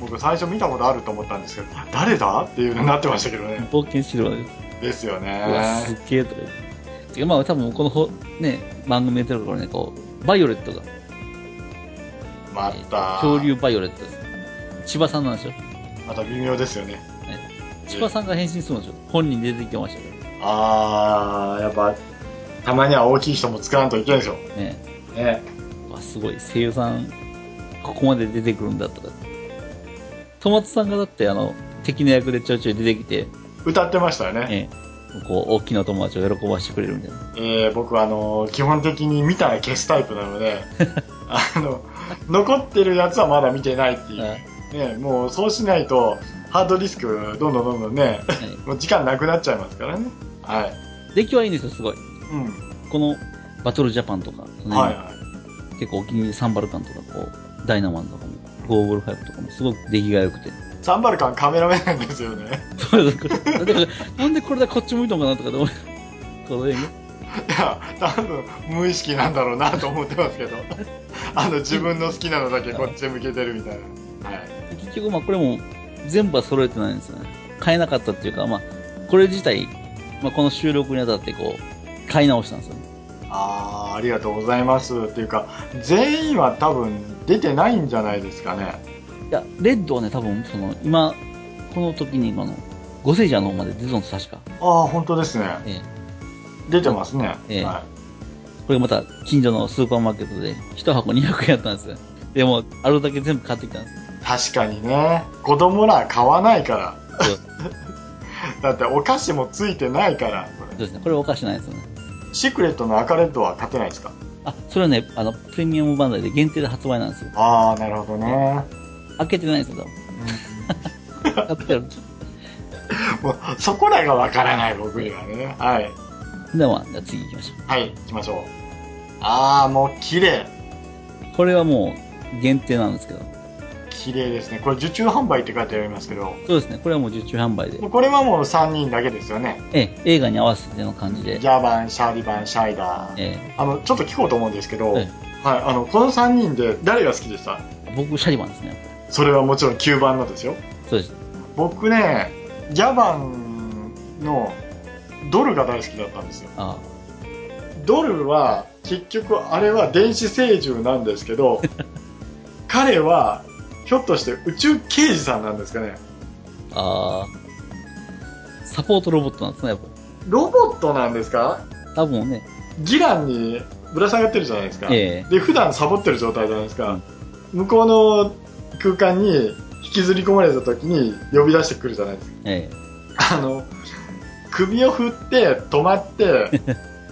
Speaker 2: 僕最初見たことあると思ったんですけど、誰だっていうのになってましたけどね。
Speaker 1: 冒険シルバーです。
Speaker 2: ですよ
Speaker 1: うわ、
Speaker 2: ね
Speaker 1: す。っげえとか言って。てかまあ多分このほ、ね、番組やってる頃ね、こう、バイオレットが、
Speaker 2: また。
Speaker 1: 恐竜バイオレットです。千葉さんなんですよ。
Speaker 2: また微妙ですよね。
Speaker 1: 千葉さんが変身するんですよ。本人出てきてましたけど。
Speaker 2: あー、やっぱ、たまには大きい人も使わんといけんでしょ。
Speaker 1: ね
Speaker 2: ね。
Speaker 1: わすごい声優さんここまで出てくるんだとか戸松さんがだってあの敵の役でちょいちょい出てきて、
Speaker 2: 歌ってましたよね。
Speaker 1: ええこう大きな友達を喜ばしてくれるみたいな
Speaker 2: えー、僕はあのー基本的に見たら消すタイプな
Speaker 1: (laughs)
Speaker 2: ので、あの、残ってるやつはまだ見てないっていう。
Speaker 1: え
Speaker 2: ね、もうそうしないと、ハードディスク、どんどんどんどんね、
Speaker 1: え
Speaker 2: もう時間なくなっちゃいますからね。はい。
Speaker 1: 出来はいいんですよすごい
Speaker 2: うん。
Speaker 1: このバトルジャパンとか、その
Speaker 2: はいは
Speaker 1: 結構お気に入りサンバルカンとかこうダイナマンとかもゴーグルファイブとかもすごく出来が良くて
Speaker 2: い。サンバルカンカメラ目なんですよね。
Speaker 1: だからなんでこれだけこっち向いたのかなとかで思いこの映画
Speaker 2: いや、多分無意識なんだろうなと思ってますけど、 (laughs) あの自分の好きなのだけこっち向けてるみたいな。はい。
Speaker 1: 結局まあこれも全部は揃えてないんですよね買えなかったっていうかまあこれ自体、まあ、この収録にあたってこう買い直したんですよね
Speaker 2: あーありがとうございますっていうか全員は多分出てないんじゃないですかね
Speaker 1: いやレッドはね多分その今この時に今のゴセイジャーの方まで出てたんです確か、
Speaker 2: ああ本当ですね
Speaker 1: ええ
Speaker 2: 出てますね、
Speaker 1: ええ
Speaker 2: は
Speaker 1: これまた近所のスーパーマーケットで1箱200円やったんですよでもあれだけ全部買ってきたんですよ
Speaker 2: い、確かにね子供ら買わないから
Speaker 1: そう
Speaker 2: (laughs) だってお菓子もついてないからこれ
Speaker 1: そうですねこれおかしないですよね
Speaker 2: シークレットの赤レッドは勝てないですか
Speaker 1: あそれはねあのプレミアムバンダイで限定で発売なんですよ
Speaker 2: ああなるほどね、 (laughs)
Speaker 1: 開けてないんですよ多分 (laughs) 買ってある
Speaker 2: もうそこらがわからない僕にはねはい
Speaker 1: では、じゃあ次行きましょう
Speaker 2: はい行きましょうああもう綺麗
Speaker 1: これはもう限定なんですけど。
Speaker 2: 綺麗ですねこれ受注販売って書いてありますけど
Speaker 1: そうですね。これはもう受注販売で
Speaker 2: も。うこれはもう3人だけですよね
Speaker 1: ええ、映画に合わせての感じで
Speaker 2: ジ。ャーバン、シャーリバン、シャイダー。
Speaker 1: え
Speaker 2: あの、ちょっと聞こうと思うんですけど、は
Speaker 1: え
Speaker 2: い、あの、この3人で誰が好きでした
Speaker 1: え、僕、シャリバンですね。
Speaker 2: それはもちろん9番のですよ。
Speaker 1: そうです。
Speaker 2: 僕ね、ジャバンのドルが大好きだったんですよ。
Speaker 1: あ
Speaker 2: ドルは、結局あれは電子聖獣なんです
Speaker 1: (laughs)
Speaker 2: けど、彼は、ひょっとして宇宙刑事さんなんですかね。
Speaker 1: あ、ああ、サポートロボットなんですね、やっ
Speaker 2: ロボットなんですか
Speaker 1: ぱ。多分ね、
Speaker 2: ギランにぶら下がってるじゃないですか。
Speaker 1: え
Speaker 2: で普段サボってる状態じゃないですか、向こうの空間に引きずり込まれた時に呼び出してくるじゃないです
Speaker 1: え、ええ、
Speaker 2: かあの首を振って止まって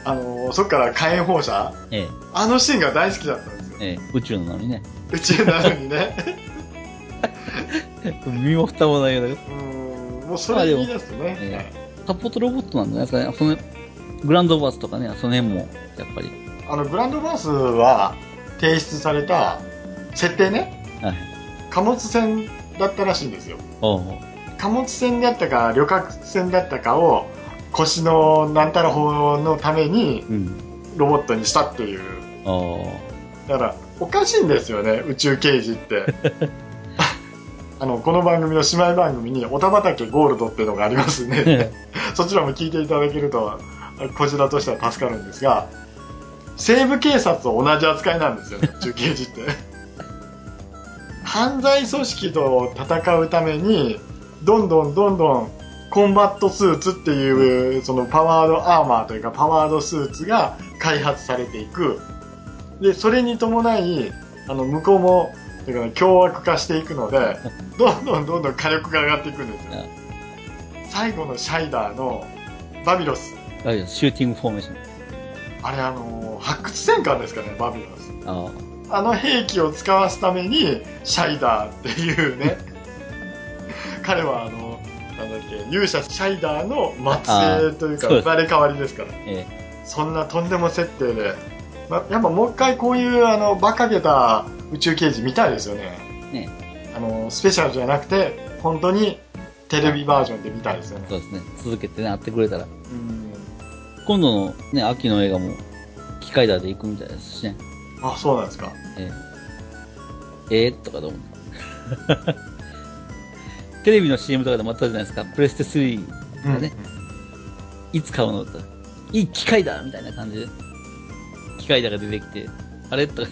Speaker 2: あのそこから火炎放射
Speaker 1: ええ、
Speaker 2: あのシーンが大好きだったんですよ
Speaker 1: ええ、宇宙なのにね。
Speaker 2: 宇宙なのにね
Speaker 1: 身も蓋もないよね。
Speaker 2: うーんもうそれ言い出すとね、
Speaker 1: えサポートロボットなんじゃないですかね。その、グランドバースとかね、その辺も、やっぱり。
Speaker 2: あのグランドバースは提出された設定ね
Speaker 1: はい。
Speaker 2: 貨物船だったらしいんですよ
Speaker 1: おうおう
Speaker 2: 貨物船だったか旅客船だったかを腰のなんたら法のために
Speaker 1: うん。
Speaker 2: ロボットにしたっていう
Speaker 1: お (laughs) う
Speaker 2: だからおかしいんですよね宇宙刑事ってあのこの番組の姉妹番組に「おたばたけゴールド」っていうのがありますんでそちらも聞いていただけるとこちらとしては助かるんですが西部警察と同じ扱いなんですよね宇宙刑事って犯罪組織と戦うためにどんどんどんどんコンバットスーツっていうそのパワードアーマーというかパワードスーツが開発されていくでそれに伴いあの向こうもだから凶悪化していくのでどんどんどんどん火力が上がっていくんですよ
Speaker 1: うん
Speaker 2: 最後のシャイダーのバビロス
Speaker 1: あれやシューティングフォーメーション。
Speaker 2: あれあの発掘戦艦ですかねバビロス
Speaker 1: あ
Speaker 2: あの兵器を使わすためにシャイダーっていうね (laughs) 彼はあのなんだっけ勇者シャイダーの末裔というか
Speaker 1: あーそうで
Speaker 2: 生
Speaker 1: す
Speaker 2: まれ変わりですから
Speaker 1: あ、え
Speaker 2: そんなとんでも設定で、ま、やっぱもう一回こういうあの馬鹿げた宇宙刑事見たいですよね
Speaker 1: ね
Speaker 2: あのスペシャルじゃなくて本当にテレビバージョンで見たいですよ
Speaker 1: え
Speaker 2: ね
Speaker 1: そうですね。続けてね、会ってくれたら。
Speaker 2: うん
Speaker 1: 今度のね、秋の映画も、機械だで行くみたいですしね。
Speaker 2: あそうなんですか
Speaker 1: ええええとかどうも。テレビの CM とかでもあったじゃないですか。プレステ3がね、いつ買うのって言ったらいい機械だみたいな感じで。機械だが出てきて、あれとか。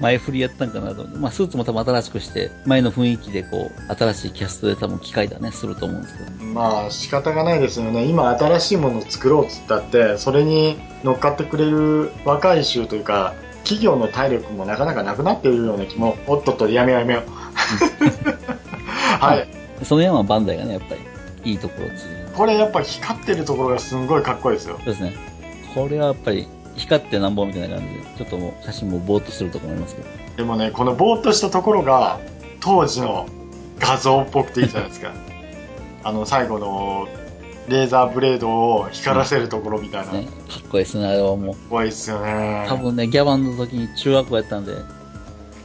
Speaker 1: 前振りやったんかなと思って。まあ、スーツも多分新しくして、前の雰囲気でこう、新しいキャストで多分機械だね、すると思うんですけど。
Speaker 2: うんまあ仕方がないですよね今新しいものを作ろうっつったってそれに乗っかってくれる若い衆というか企業の体力もなかなかなくなっているような気もおっとっとやめようや (laughs) めようはい
Speaker 1: その辺はバンダイがね、やっぱり、いいところっていう。
Speaker 2: これやっぱ光ってるところがすんごいかっこいいですよ
Speaker 1: そうですね。これはやっぱり、光ってなんぼみたいな感じで、ちょっともう写真もぼーっとすると思いますけど。
Speaker 2: でもねこのぼーっとしたところが当時の画像っぽくていいじゃないです (laughs) かあの最後のレーザーブレードを光らせるところみたいな、
Speaker 1: ね、かっこいいですね、あれはもう。
Speaker 2: 怖いっすよね
Speaker 1: 多分ね、ギャバンの時に中学校やったんで、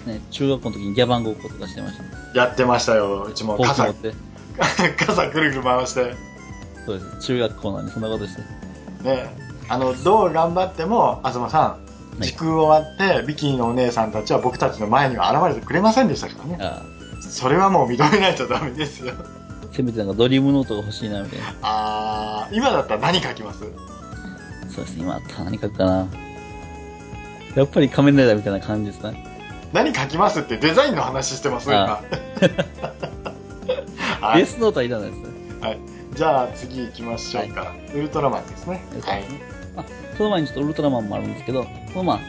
Speaker 1: ね、中学校の時にギャバンごっことかしてました、ね。
Speaker 2: やってましたようちも
Speaker 1: フォーク持
Speaker 2: 傘
Speaker 1: って。
Speaker 2: (laughs) 傘ぐるぐる回して
Speaker 1: そうです。中学校なんでそんなことして。
Speaker 2: ねあのどう頑張っても東さん
Speaker 1: はい
Speaker 2: 時空終わってビキニのお姉さんたちは僕たちの前には現れてくれませんでしたからね
Speaker 1: あ
Speaker 2: それはもう認めないとダメですよ (laughs)
Speaker 1: あ、せめてなんかドリームノートが欲しいな、みたいな。
Speaker 2: あー今だったら何書きます
Speaker 1: そうですね、今あったら何書くかな。やっぱり仮面ライダーみたいな感じですかね。
Speaker 2: 何書きますってデザインの話してます今
Speaker 1: あ
Speaker 2: は
Speaker 1: (laughs) ベー
Speaker 2: い、
Speaker 1: スノートはいらないですね。
Speaker 2: じゃあ次行きましょうか、ウルトラマンですね
Speaker 1: ウルト
Speaker 2: は
Speaker 1: ラ
Speaker 2: い
Speaker 1: マンその前にちょっとウルトラマンもあるんですけど、このまあ、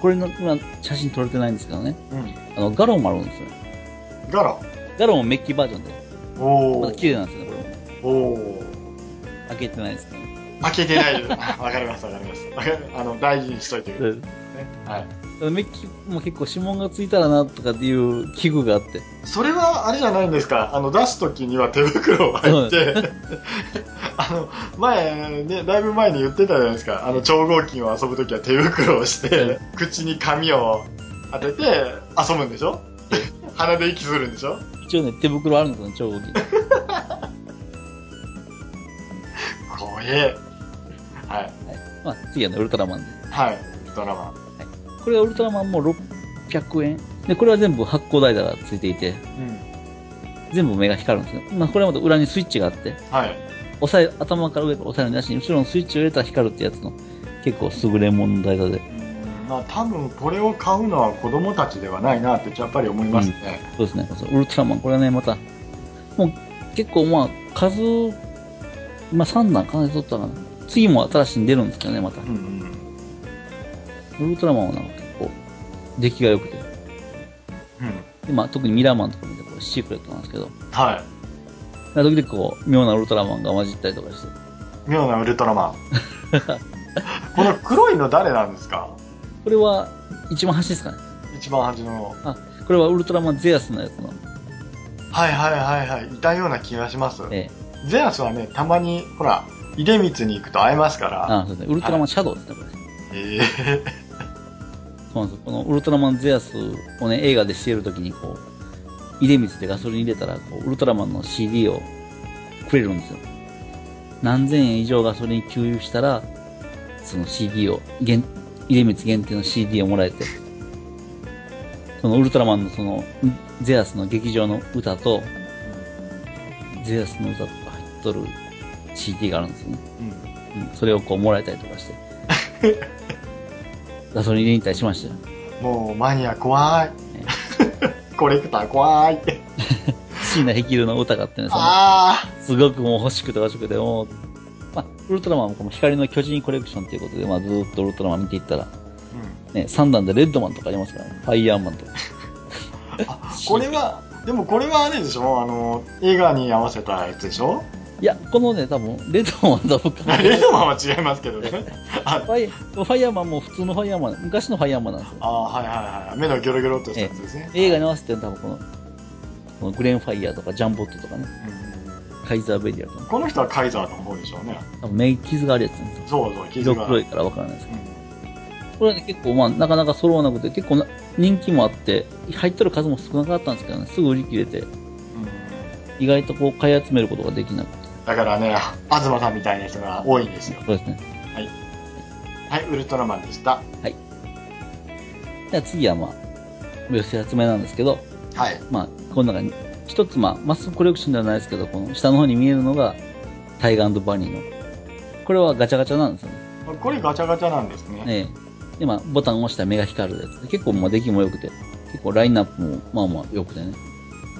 Speaker 1: これの、今写真撮れてないんですけどね。
Speaker 2: うん
Speaker 1: あの、ガロンもあるんですよ。
Speaker 2: ガロ
Speaker 1: ガロンもメッキバージョンで。
Speaker 2: お
Speaker 1: ま
Speaker 2: お
Speaker 1: だ綺麗なんですよね、これも。
Speaker 2: おー
Speaker 1: 開けてないですけど、ね。
Speaker 2: 開けてないですわかりますわかりますわかりあの大事にしといてくだ
Speaker 1: うん
Speaker 2: さいね、はい、
Speaker 1: メッキも結構指紋がついたらなとかっていう器具があって、
Speaker 2: それはあれじゃないんですかあの出す時には手袋を履いて (laughs) あの前ねだいぶ前に言ってたじゃないですかあの超合金を遊ぶ時は手袋をして口に紙を当てて遊ぶんでしょ (laughs) 鼻で息するんでしょ
Speaker 1: 一応ね、手袋あるんですよね、超大きい。
Speaker 2: 怖えはい
Speaker 1: まあ、次はね、ウルトラマンで。
Speaker 2: はいドラマ
Speaker 1: これはウルトラマンも600円。で、これは全部発光台だがついていて、
Speaker 2: うん
Speaker 1: 全部目が光るんですね。まあ、これはまた裏にスイッチがあって、
Speaker 2: はい
Speaker 1: 押さえ、頭から上から押さえるのなしに、後ろのスイッチを入れたら光るってやつの、結構優れもの台座で。
Speaker 2: うんまあ多分これを買うのは子供たちではないなってやっぱり思いますね、
Speaker 1: そうですね。そうウルトラマン、これはね、また、もう結構まあ、数、まあ3弾かなり取ったかな。次も新しいに出るんですけどね、また。
Speaker 2: うんうん
Speaker 1: ウルトラマンはなんか結構、出来が良くて。
Speaker 2: うん
Speaker 1: で、まあ、特にミラーマンとか見て、これシークレットなんですけど、
Speaker 2: は
Speaker 1: 時々こう、妙なウルトラマンが混じったりとかして。
Speaker 2: い妙なウルトラ (laughs) マンこの黒いの誰なんですか
Speaker 1: これは、一番端ですかね。
Speaker 2: 一番端の
Speaker 1: あ、これはウルトラマンゼアスのやつの。
Speaker 2: はいはいはいはいいたような気がします
Speaker 1: ええ
Speaker 2: ゼアスはねたまにほら出光に行くと会えますか
Speaker 1: あ
Speaker 2: ら
Speaker 1: そうですね。ウルトラマンシャドウですね、これ。
Speaker 2: ええ
Speaker 1: そうなんですよこのウルトラマンゼアスをね、映画でしているときに、こう、入れ水でガソリン入れたら、こう、ウルトラマンの CD をくれるんですよ。何千円以上ガソリン給油したら、その CD を、限入れ水限定の CD をもらえて、そのウルトラマンのその、ゼアスの劇場の歌と、ゼアスの歌とか入っとる CD があるんですよね。うんそれをこうもらえたりとかして。ガソリン入れに行ったりしましたよ。
Speaker 2: もうマニア怖い (laughs) コレクター怖いって
Speaker 1: 椎名壁流の歌があってね、その
Speaker 2: あ
Speaker 1: すごくもう欲しくて欲しくて、もう、まあ、ウルトラマンもこの光の巨人コレクションということで、まあ、ずーっとウルトラマン見ていったら、
Speaker 2: あ、
Speaker 1: ね、3段でレッドマンとかありますからね、ファイヤーマンとか。
Speaker 2: これはでもこれはあれでしょあの映画に合わせたやつでしょ
Speaker 1: いや、このね、多分、レッドマンだろうかな。フ
Speaker 2: レードマンは違いますけ (laughs) どねあ
Speaker 1: ァイファイヤーマンも普通のファイヤーマン、昔のファイヤーマンなんですよ。
Speaker 2: あはいはいはい目のギョロギョロっとしたやつですね、
Speaker 1: 映画に合わせて多分この、このグレーンファイヤーとかジャンボットとかね、
Speaker 2: うん
Speaker 1: カイザーベリアとか、
Speaker 2: この人はカイザーの方でしょうね
Speaker 1: 多分目傷があるやつなんですよ。
Speaker 2: そうそう傷
Speaker 1: 色
Speaker 2: が
Speaker 1: 黒いからわからないですけど。これはね結構まあなかなか揃わなくて結構な人気もあって入ってる数も少なかったんですけどねすぐ売り切れて
Speaker 2: うんうん
Speaker 1: 意外とこう買い集めることができなくて
Speaker 2: だからね東さんみたいな人が多いんですよ
Speaker 1: そうですね
Speaker 2: はいウルトラマンでした
Speaker 1: じゃあ次はまあお寄せ集めなんですけど
Speaker 2: はい
Speaker 1: まあこの中に一つまあマスコレクションではないですけどこの下の方に見えるのがタイガーバニーのこれはガチャガチャなんですよね
Speaker 2: これガチャガチャなんですね
Speaker 1: ええでまあボタンを押したら目が光るやつで結構まあ出来も良くて結構ラインナップもまあまあ良くてね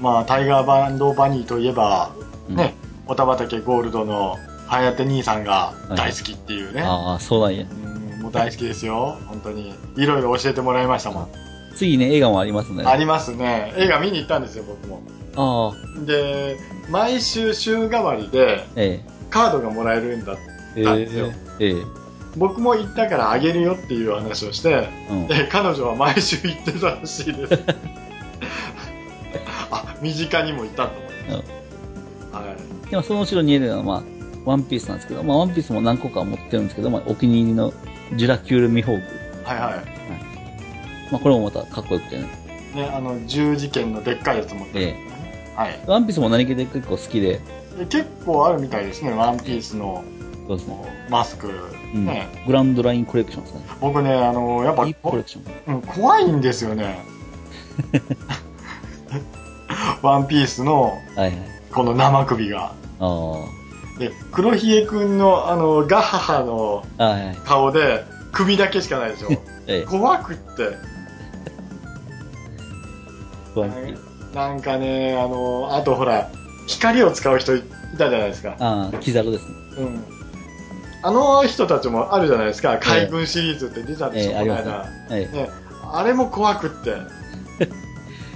Speaker 2: まあタイガーバンドバニーといえば
Speaker 1: うん
Speaker 2: ね、オタバタケゴールドの早手兄さんが大好きっていうね、
Speaker 1: ああそうなんや
Speaker 2: うんもう大好きですよ、本当に。いろいろ教えてもらいましたもん。
Speaker 1: 次ね映画もありますね
Speaker 2: ありますね。映画見に行ったんですよ、僕も。
Speaker 1: ああ
Speaker 2: で、毎週週替わりで
Speaker 1: え
Speaker 2: カードがもらえるんだ。
Speaker 1: ええ
Speaker 2: なんですよ
Speaker 1: えええ
Speaker 2: 僕も行ったからあげるよっていう話をして、
Speaker 1: うん
Speaker 2: で (laughs) 彼女は毎週行ってたらしいです。 (laughs) あ、身近にもいたと思います。はい。
Speaker 1: でもその後ろにいるのは、まあ、ワンピースなんですけど、まあ、ワンピースも何個か持ってるんですけど、まあ、お気に入りのジュラキュール・ミホーク。
Speaker 2: はいはい。
Speaker 1: まあ、これもまたかっこよくてね。
Speaker 2: ね、あの、十字剣のでっかいやつ持ってる、はい。
Speaker 1: ワンピースも何気で結構好きで、
Speaker 2: で結構あるみたいですね、ワンピースの
Speaker 1: そうですね。
Speaker 2: マスク、
Speaker 1: うん。
Speaker 2: ね
Speaker 1: グランドラインコレクションですね。
Speaker 2: 僕ね、あのやっぱ
Speaker 1: ディープコレクション。
Speaker 2: うん怖いんです
Speaker 1: (laughs)
Speaker 2: よね、ワンピースの
Speaker 1: はいはい。
Speaker 2: この生首が、
Speaker 1: ああ。は
Speaker 2: で黒ひげくんのあのガハハの
Speaker 1: いはい。
Speaker 2: 顔で、首だけしかないでしょ、
Speaker 1: え
Speaker 2: 怖くって、
Speaker 1: え、ワンピース。
Speaker 2: なんかね、あのあとほら、光を使う人いたじゃないですか。
Speaker 1: ああ、キザルですね。
Speaker 2: うんあの人たちもあるじゃないですか、海軍シリーズって出たでしょ、
Speaker 1: ええ
Speaker 2: この
Speaker 1: あり
Speaker 2: 間
Speaker 1: ええ。
Speaker 2: ね、あれも怖くって、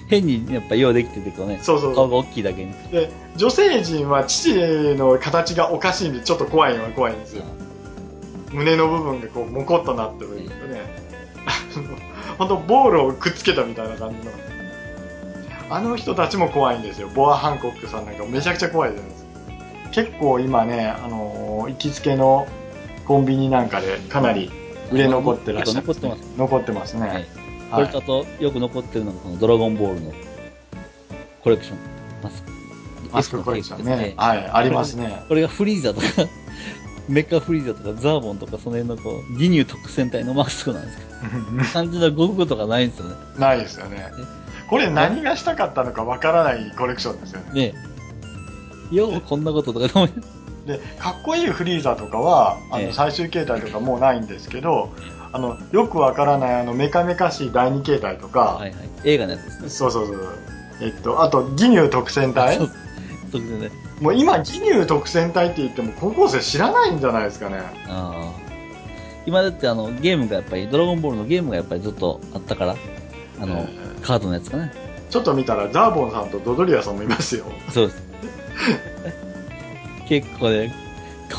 Speaker 1: 変にやっぱようできててこうね、
Speaker 2: そうそう
Speaker 1: 顔
Speaker 2: そ
Speaker 1: が大きいだけに。
Speaker 2: うで女性陣は父の形がおかしいんで、ちょっと怖いのは怖いんですよ、胸の部分がこうもこっとなってるんですよね、 (laughs) 本当、ボールをくっつけたみたいな感じの、あの人たちも怖いんですよ、ボア・ハンコックさんなんか、めちゃくちゃ怖いじゃないですか、結構今ね、あのー行きつけのコンビニなんかで、かなり売れ残ってらっしゃる、
Speaker 1: 結構残って
Speaker 2: 残ってますね。
Speaker 1: はいこ
Speaker 2: は
Speaker 1: れ
Speaker 2: い
Speaker 1: とあと、よく残ってるのがこのドラゴンボールのコレクション。マスク。
Speaker 2: マスクコレクション
Speaker 1: マスクのケーキです
Speaker 2: ね。はい、あります (laughs) ね。
Speaker 1: これがフリーザとか、 (laughs) メカフリーザとか、ザーボンとか、その辺のこう、ギニュー特戦隊のマスクなんですけど、肝心なゴ具とかないんですよね。
Speaker 2: ないですよね。これ何がしたかったのかわからないコレクションですよね。
Speaker 1: ねえようこんなこととかと思い
Speaker 2: で、かっこいいフリーザとかは、あ
Speaker 1: え
Speaker 2: の、
Speaker 1: え
Speaker 2: 最終形態とかもうないんですけど、あの、よくわからない、あの、メカメカしい第二形態と
Speaker 1: は
Speaker 2: か、
Speaker 1: いはい。映画のやつですね。
Speaker 2: そうそうそう。えっと、あと、ギニュー特選隊
Speaker 1: そう特然ね。
Speaker 2: もう今、ギニュー特選隊って言っても高校生知らないんじゃないですかね。
Speaker 1: ああ。今だってあの、ゲームがやっぱり、ドラゴンボールのゲームがやっぱりずっとあったから、あの、
Speaker 2: え
Speaker 1: カードのやつかね。
Speaker 2: ーちょっと見たら、ザーボンさんとドドリアさんもいますよ。
Speaker 1: そうです。結構ね、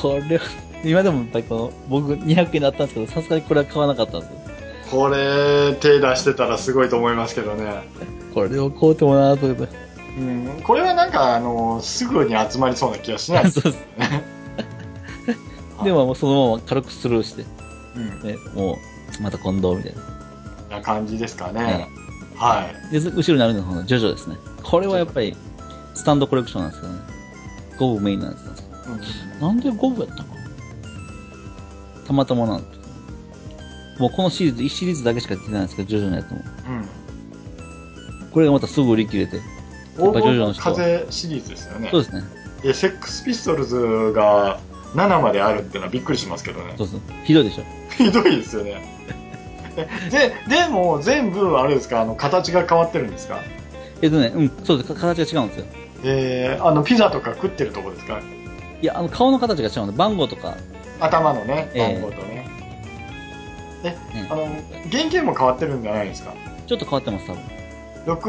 Speaker 1: これは、今でもやっぱりこの、僕200円だったんですけど、さすがにこれは買わなかったんですよ。
Speaker 2: これ、手出してたらすごいと思いますけどね。
Speaker 1: これを買うてもなーと思って。
Speaker 2: うん、これはなんか、あのすぐに集まりそうな気がしないで
Speaker 1: (laughs)
Speaker 2: す
Speaker 1: そう (laughs) です。でももうそのまま軽くスルーして、
Speaker 2: うん
Speaker 1: ね、もう、また今度、みたいな。
Speaker 2: な感じですかね。はい。
Speaker 1: で、ず後ろにあるのが、ジョジョですね。これはやっぱり、スタンドコレクションなんですよね。ゴブメインなんですよ。
Speaker 2: うん
Speaker 1: なんでゴブやったのかたまたまなんですよもうこのシリーズ、1シリーズだけしか出てないんですけど、ジョジョのやつも。
Speaker 2: うん。
Speaker 1: これがまたすぐ売り切れて。
Speaker 2: 黄
Speaker 1: ぱジョジョ
Speaker 2: 金
Speaker 1: の
Speaker 2: の
Speaker 1: 人は
Speaker 2: 風シリーズですよね
Speaker 1: そうですね。
Speaker 2: でセックスピストルズが7まであるっていうのはびっくりしますけどね
Speaker 1: そうそう。ひどいでしょ。
Speaker 2: ひどいですよねででも全部あれですかあの形が変わってるんですか
Speaker 1: えっとね、うん、そうです。か形が違うんですよ。
Speaker 2: えー、あのピザとか食ってるとこですか
Speaker 1: いや、あの、顔の形が違うんで、番号とか、
Speaker 2: 頭のね
Speaker 1: ええ
Speaker 2: 番号とね、え
Speaker 1: うん
Speaker 2: あの原型も変わってるんじゃないですか
Speaker 1: ちょっと変わってます、多分。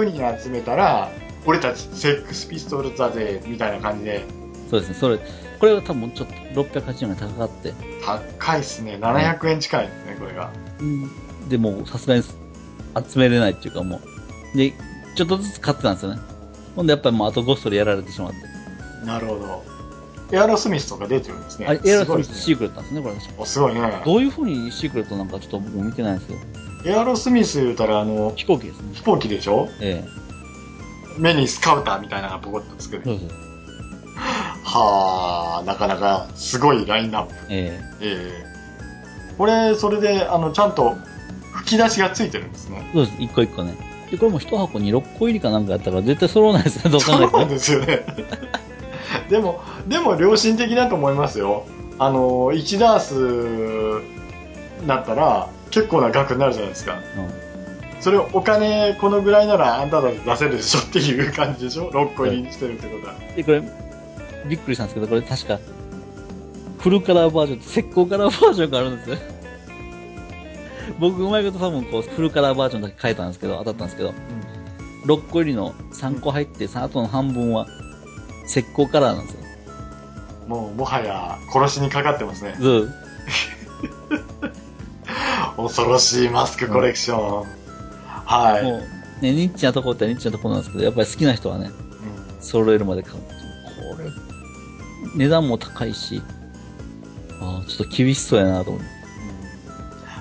Speaker 2: 6人集めたら俺たちセックスピストルズだぜみたいな感じで
Speaker 1: そうですね。それ、これが多分ちょっと680円が高かって。
Speaker 2: 高いっすね700円近いですねこれが
Speaker 1: で、もうさすがに集めれないっていうかもう。で、ちょっとずつ買ってたんですよね。ほんでやっぱりもうあとゴストでやられてしまって。
Speaker 2: なるほど。エアロスミスとか出てるんですね。
Speaker 1: あれ、エアロ
Speaker 2: すごい
Speaker 1: ス
Speaker 2: で
Speaker 1: ミス
Speaker 2: す
Speaker 1: シ
Speaker 2: ね。
Speaker 1: ークレットなんですね、これ確か。
Speaker 2: おすごいね。
Speaker 1: どういう風にシークレットなんかちょっと僕見てないんですよ。
Speaker 2: エアロスミス言うたら、あの、
Speaker 1: 飛行機ですね。
Speaker 2: 飛行機でしょ
Speaker 1: ええ。
Speaker 2: 目にスカウターみたいなのがポコッとつくね。
Speaker 1: そうそう。
Speaker 2: はあ、なかなかすごいラインナップ。
Speaker 1: え
Speaker 2: ええこれ、それで、あの、ちゃんと吹き出しがついてるんですね。
Speaker 1: え。そうです。一個一個ね。で、これも一箱に6個入りかなんかやったから絶対揃わないですね、どう考
Speaker 2: そう
Speaker 1: えて
Speaker 2: なん
Speaker 1: も。
Speaker 2: ですよ
Speaker 1: (laughs)
Speaker 2: ね。でも、でも良心的だと思いますよ。あの、1ダースだったら結構な額になるじゃないですか。
Speaker 1: うん
Speaker 2: それをお金このぐらいならあんただって出せるでしょっていう感じでしょ6個入りにしてるってことは、
Speaker 1: で、これ、びっくりしたんですけど、これ確か、フルカラーバージョンと石膏カラーバージョンがあるんですよ。 (laughs) 僕、うまいこと多分こう、フルカラーバージョンだけ変えたんですけど、当たったんですけど、6個入りの3個入って、その後の半分は石膏カラーなんですよ。
Speaker 2: もうもはや殺しにかかってますね
Speaker 1: ず
Speaker 2: 恐ろしいマスクコレクション、はい、
Speaker 1: もう、ね、ニッチなとこってニッチなとこなんですけど、やっぱり好きな人はね、
Speaker 2: うん
Speaker 1: 揃えるまで買う。これ、値段も高いし、ああ、ちょっと厳しそうやなと思って。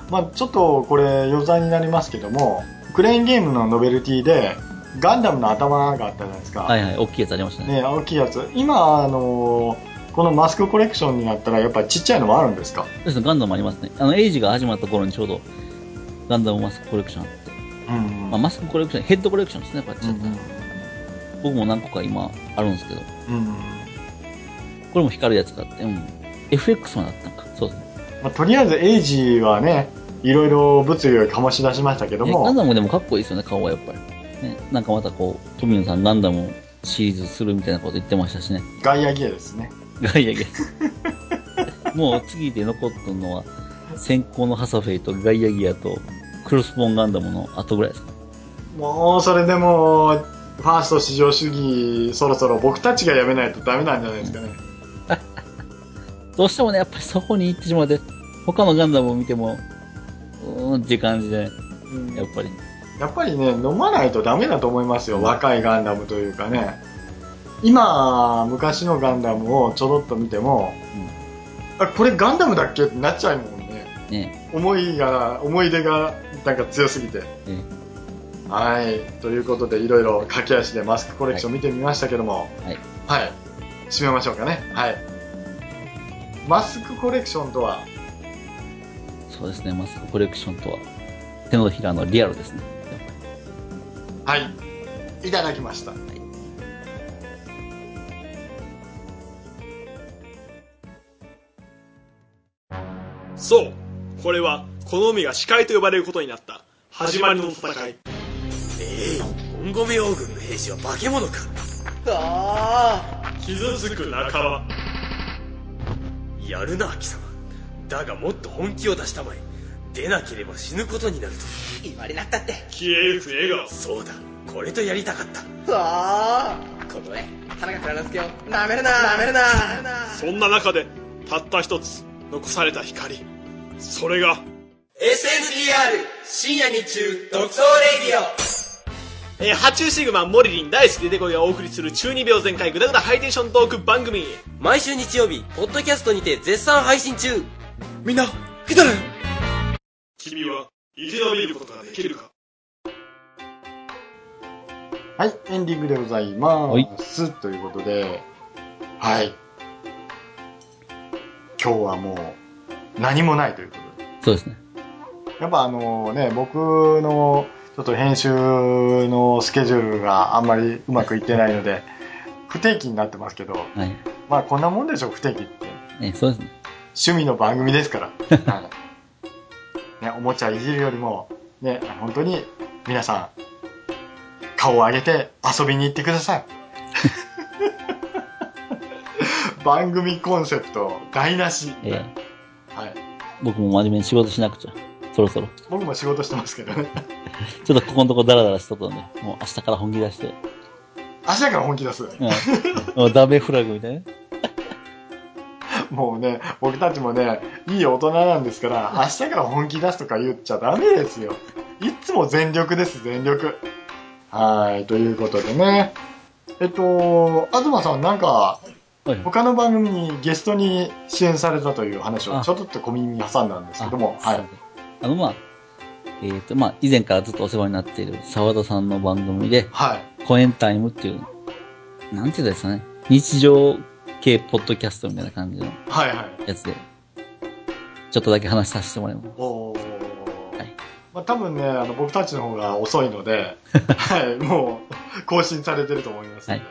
Speaker 2: まあ、ちょっとこれ余談になりますけどもクレーンゲームのノベルティでガンダムの頭があったじゃないですか、
Speaker 1: はいはい、大きいやつありましたね。
Speaker 2: ね、大きいやつ今あのこのマスクコレクションになったらやっぱりちっちゃいのもあるんですか、
Speaker 1: そうですね、ガンダムありますね。あの、エイジが始まった頃にちょうど、ガンダムマスクコレクションあって。
Speaker 2: うん
Speaker 1: まあ、マスクコレクション、ヘッドコレクションですね、こっちだったら僕も何個か今、あるんですけど。
Speaker 2: うん
Speaker 1: これも光るやつがあって、うん。FX まであったのか。そうですね。
Speaker 2: まあ、とりあえずエイジはねいろいろ物議を醸し出しましたけど
Speaker 1: えガン
Speaker 2: も
Speaker 1: ダムでもかっこいいですよね、顔はやっぱり。ね、なんかまたこう、富野さんガンダムシリーズするみたいなこと言ってましたしね。
Speaker 2: ガイアギアですね
Speaker 1: ガイアギア。もう次で残ったのは、先行のハサフェイとガイアギアと、クロスボーンガンダムの後ぐらいですかね。
Speaker 2: もうそれでもファースト至上主義そろそろ僕たちがやめないとダメなんじゃないですかね、
Speaker 1: どうしてもね、やっぱりそこに行ってしまって、他のガンダムを見ても、うーんっていう感じで、
Speaker 2: うん
Speaker 1: やっぱり。
Speaker 2: やっぱりね飲まないとダメだと思いますよ若いガンダムというかね今昔のガンダムをちょろっと見ても、あこれガンダムだっけってなっちゃうもんね
Speaker 1: ね。
Speaker 2: 思いが思い出がなんか強すぎて
Speaker 1: え
Speaker 2: はいということでいろいろ駆け足でマスクコレクション見てみましたけども
Speaker 1: はい。
Speaker 2: はい、締めましょうかねはいマスクコレクションとは
Speaker 1: そうですね、マスクコレクションとは、手のひらのリアルですね。やっぱり
Speaker 2: はいいただきました
Speaker 3: そうこれはこの海が視界と呼ばれることになった始まりの戦い
Speaker 4: えい、本米王軍の兵士は化け物か
Speaker 3: 傷つく仲間
Speaker 4: やるな貴様だがもっと本気を出したまえ出なければ死ぬことになると言われなったって
Speaker 3: 消えゆく笑顔
Speaker 4: そうだこれとやりたかった
Speaker 5: ああこの絵田中蔵之介をなめるななめるな
Speaker 3: そんな中でたった一つ残された光それが
Speaker 4: SNTR 深夜日中独創レディオ
Speaker 3: えー、ハチューシグマモリリン大好き出てこいがお送りする中二病全開グダグダハイテンショントーク番組
Speaker 4: 毎週日曜日ポッドキャストにて絶賛配信中みんな来てる
Speaker 3: 君は生き延びることができるか
Speaker 2: はい、エンディングでございま
Speaker 1: はい
Speaker 2: す。ということで、はい。今日はもう何もないということで。
Speaker 1: そうですね。
Speaker 2: やっぱあのね、僕のちょっと編集のスケジュールがあんまりうまくいってないので、不定期になってますけど、
Speaker 1: はい。
Speaker 2: まあこんなもんでしょう、不定期って。
Speaker 1: ね、そうですね。
Speaker 2: 趣味の番組で
Speaker 1: (laughs)
Speaker 2: すから、はいね、おもちゃいじるよりも、ね、本当に皆さん顔を上げて遊びに行ってくだ
Speaker 1: (laughs)
Speaker 2: さい番組コンセプト台無し、
Speaker 1: ええ
Speaker 2: はい、
Speaker 1: 僕も真面目に仕事しなくちゃ。そろそろ。
Speaker 2: 僕も仕事してますけどね
Speaker 1: ちょっとここのとこダラダラしとったんで、もう明日から本気出して。
Speaker 2: 明日から本気出す
Speaker 1: うん。 (laughs) もうダメフラグみたいな。
Speaker 2: もうね僕たちもねいい大人なんですから明日から本気出すとか言っちゃダメですよいつも全力です全力はいということでねえっと東さんなんか
Speaker 1: はい。
Speaker 2: 他の番組にゲストに支援されたという話を
Speaker 1: あ
Speaker 2: ちょっとって小耳に挟んだんですけども
Speaker 1: あそ
Speaker 2: は
Speaker 1: う
Speaker 2: い
Speaker 1: ですあの、まあ、えっ、と、まあ、以前からずっとお世話になっている沢田さんの番組で、
Speaker 2: はい
Speaker 1: コエンタイムっていう、なんていうんですかね、日常系ポッドキャストみたいな感じの
Speaker 2: はいはい
Speaker 1: やつで、ちょっとだけ話させてもらいます。
Speaker 2: おー
Speaker 1: はい
Speaker 2: まあ、多分ねあの僕たちの方が遅い
Speaker 1: (laughs)
Speaker 2: ので、はい、もう更新されてると思いますので、
Speaker 1: は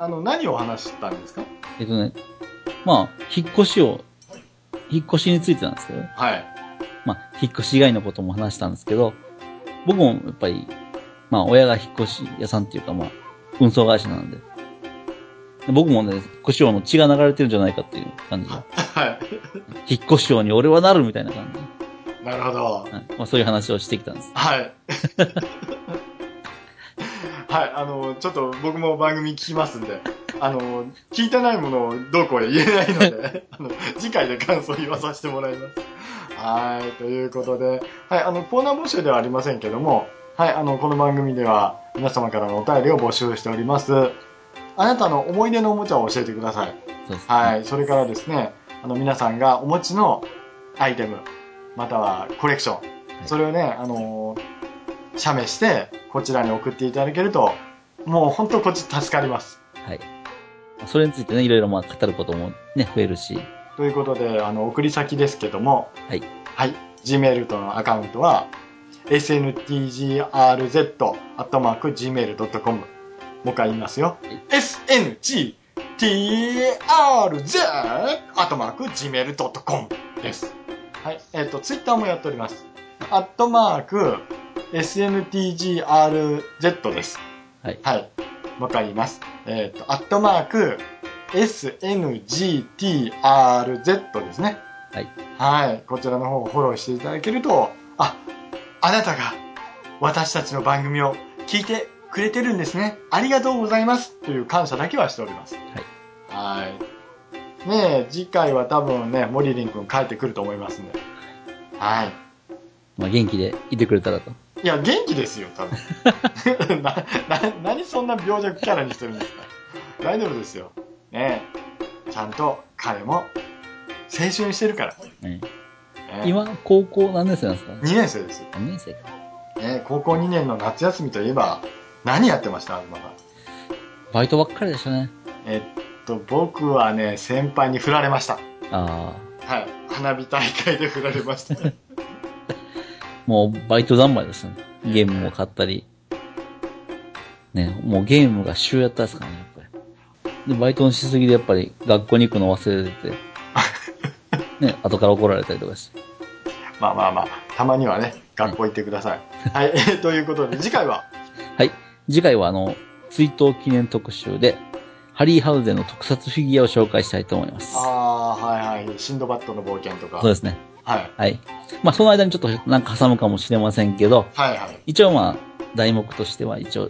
Speaker 2: あの何を話したんですか
Speaker 1: えっ、とね、まあ、引っ越しを、引っ越しについてなんですけど、
Speaker 2: はい
Speaker 1: まあ、引っ越し以外のことも話したんですけど、僕もやっぱり、まあ、親が引っ越し屋さんっていうか、まあ、運送会社なんで、で僕もね、引っ越し王の血が流れてるんじゃないかっていう感じで、
Speaker 2: は
Speaker 1: 引っ越し王に俺はなるみたいな感じで、
Speaker 2: い。なるほど。
Speaker 1: はいまあ、そういう話をしてきたんです。
Speaker 2: はい。 (laughs) はい、あの、ちょっと僕も番組聞きますんで、あの、聞いてないものをどうこう言えないので、 (laughs) あの、次回で感想言わさせてもらいます。はい、ということで、はい、あの、コーナー募集ではありませんけども、はい、あの、この番組では皆様からのお便りを募集しております。あなたの思い出のおもちゃを教えてください。
Speaker 1: そうです。
Speaker 2: はい、それからですね、あの皆さんがお持ちのアイテム、またはコレクション、それをね、あのー写メして、こちらに送っていただけると、もう本当こっち助かります。
Speaker 1: はい。それについてね、いろいろまあ語ることもね、増えるし、
Speaker 2: ということで、あの、送り先ですけども、
Speaker 1: はい。
Speaker 2: はい、Gmail とのアカウントは、sntgrz.gmail.com。もう一回言いますよ。sntrz.gmail.com です。はい、えっ、と、Twitter もやっております。アットマーク、sntrz です。
Speaker 1: はい。
Speaker 2: はい。もう一回言います。えっ、と、アットマーク、SNGTRZ ですね。
Speaker 1: はい。
Speaker 2: はい。こちらの方をフォローしていただけると、あ、あなたが私たちの番組を聞いてくれてるんですね。ありがとうございます。という感謝だけはしております。はい。はい。ねえ、次回は多分ね、モリリン君帰ってくると思いますんで。はい。
Speaker 1: まあ、元気でいてくれたらと。
Speaker 2: いや、元気ですよ、
Speaker 1: (laughs)
Speaker 2: 多分。な、な、何そんな病弱キャラにしてるんですか大丈夫ですよ。ねえ。ちゃんと彼も青春してるから。
Speaker 1: ね
Speaker 2: ねえ
Speaker 1: 今、高校何年生なんですかね
Speaker 2: 2年生です。ね
Speaker 1: 何年生か。
Speaker 2: え高校2年の夏休みといえば、何やってました、東さん。
Speaker 1: バイトばっかりでしたね。
Speaker 2: えっと、僕はね、先輩に振られました。
Speaker 1: あ
Speaker 2: はい。花火大会で振られ
Speaker 1: (laughs)
Speaker 2: ました。
Speaker 1: あ。もう、バイト三昧でしたね。ゲームも買ったり。ね、もうゲームが週やったですからね、やっぱり。で、バイトのしすぎでやっぱり学校に行くの忘れてて。ね、後から怒られたりとかして。
Speaker 2: まあまあまあ、たまにはね、学校行ってください。
Speaker 1: (laughs)
Speaker 2: はい。えということで、次回は、
Speaker 1: はい。次回はあの、追悼記念特集で、ハリーハウゼンの特撮フィギュアを紹介したいと思います。
Speaker 2: ああー、はいはい。シンドバッドの冒険とか。
Speaker 1: そうですね。
Speaker 2: はい。
Speaker 1: はい。まあ、その間にちょっとなんか挟むかもしれませんけど、
Speaker 2: はいはい。
Speaker 1: 一応まあ、題目としては一応、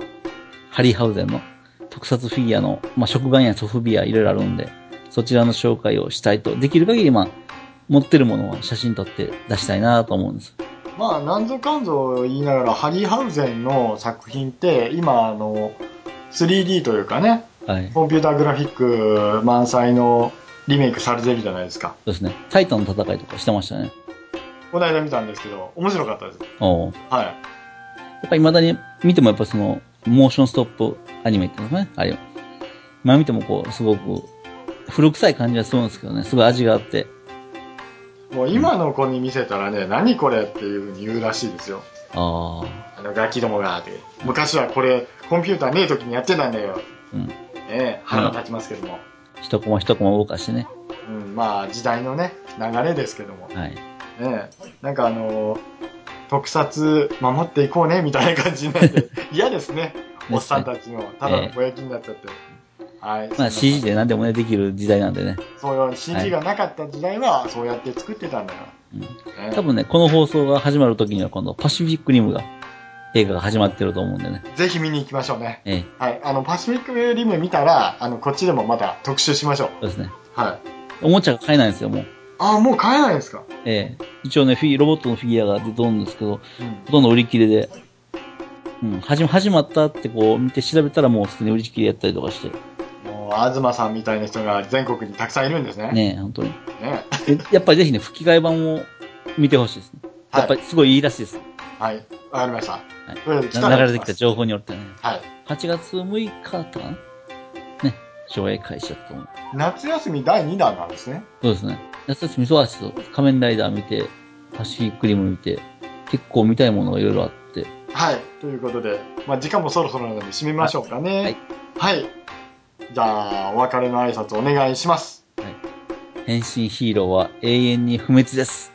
Speaker 1: ハリーハウゼンの特撮フィギュアの、まあ、食玩やソフビアいろいろあるんで、そちらの紹介をしたいと、できる限りまあ、持ってるものを写真撮って出したいなと思うんです。
Speaker 2: まあ、なんぞかんぞ言いながら、ハリーハウゼンの作品って、今、あの、3D というかね、
Speaker 1: はい。そ
Speaker 2: コンピューターグラフィック満載のリメイクされてるじゃないですか。
Speaker 1: うですね。タイタンの戦いとかしてましたね。
Speaker 2: この間見たんですけど、面白かったです。
Speaker 1: おう
Speaker 2: はい。
Speaker 1: やっぱ未だに見てもやっぱその、モーションストップアニメっていうのかね、あれを。まあ見てもこう、すごく、古臭い感じはするんですけどね、すごい味があって。
Speaker 2: もう今の子に見せたらね、何これっていうふうに言うらしいですよ。
Speaker 1: あ
Speaker 2: あの、ガキどもが、って。昔はこれ、コンピューターねえ時にやってたんだよ。
Speaker 1: あ、うん。
Speaker 2: ええ腹立ちますけども。
Speaker 1: 一コマ一コマ動かしてね。
Speaker 2: うん、まあ、時代のね、流れですけども。
Speaker 1: はい。
Speaker 2: ねえ、なんかあのー特撮守っていこうねみたいな感じに
Speaker 1: (laughs)
Speaker 2: なって、嫌ですね、おっさんたちの、ただのぼやきになっちゃって。はい。
Speaker 1: まあ CG で何でもね、できる時代なんでね。
Speaker 2: そういう CG がなかった時代は、そうやって作ってたんだよ。
Speaker 1: うん
Speaker 2: ね
Speaker 1: 多分ね、この放送が始まる時には今度、パシフィックリムが、映画が始まってると思うんでね。
Speaker 2: ぜひ見に行きましょうね。
Speaker 1: ええ、
Speaker 2: はい。あの、パシフィックリム見たら、あの、こっちでもまた特集しましょう。
Speaker 1: そうですね。
Speaker 2: はい。
Speaker 1: おもちゃが買えないんですよ、もう。
Speaker 2: ああ、もう買えないですか。
Speaker 1: ええ。一応ね、フィギュロボットのフィギュアが出とるんですけど、
Speaker 2: うん。
Speaker 1: ほとんど売り切れで、うん、始ま始まったってこう見て調べたらもうすでに売り切れやったりとかして、
Speaker 2: もう、東さんみたいな人が全国にたくさんいるんですね。
Speaker 1: ねえ、本当に。
Speaker 2: ね
Speaker 1: えやっぱりぜひね、吹き替え版を見てほしいですね。
Speaker 2: はい
Speaker 1: やっぱりすごいいいらしいです。
Speaker 2: はい。わかりました。とりあえず来た
Speaker 1: な
Speaker 2: ら
Speaker 1: 流れてきた情報によってね。
Speaker 2: はい。
Speaker 1: 8月6日だったかなね、上映開始だったと思う。
Speaker 2: 夏休み第2弾なんですね。
Speaker 1: そうですね。夏休み忙しいと、仮面ライダー見て、パシフィックリム見て、結構見たいものがいろいろあって、
Speaker 2: はい。ということで、まあ、時間もそろそろなので締めましょうかね。はい。じゃあ、お別れの挨拶お願いします。
Speaker 1: 変身ヒーローは永遠に不滅です。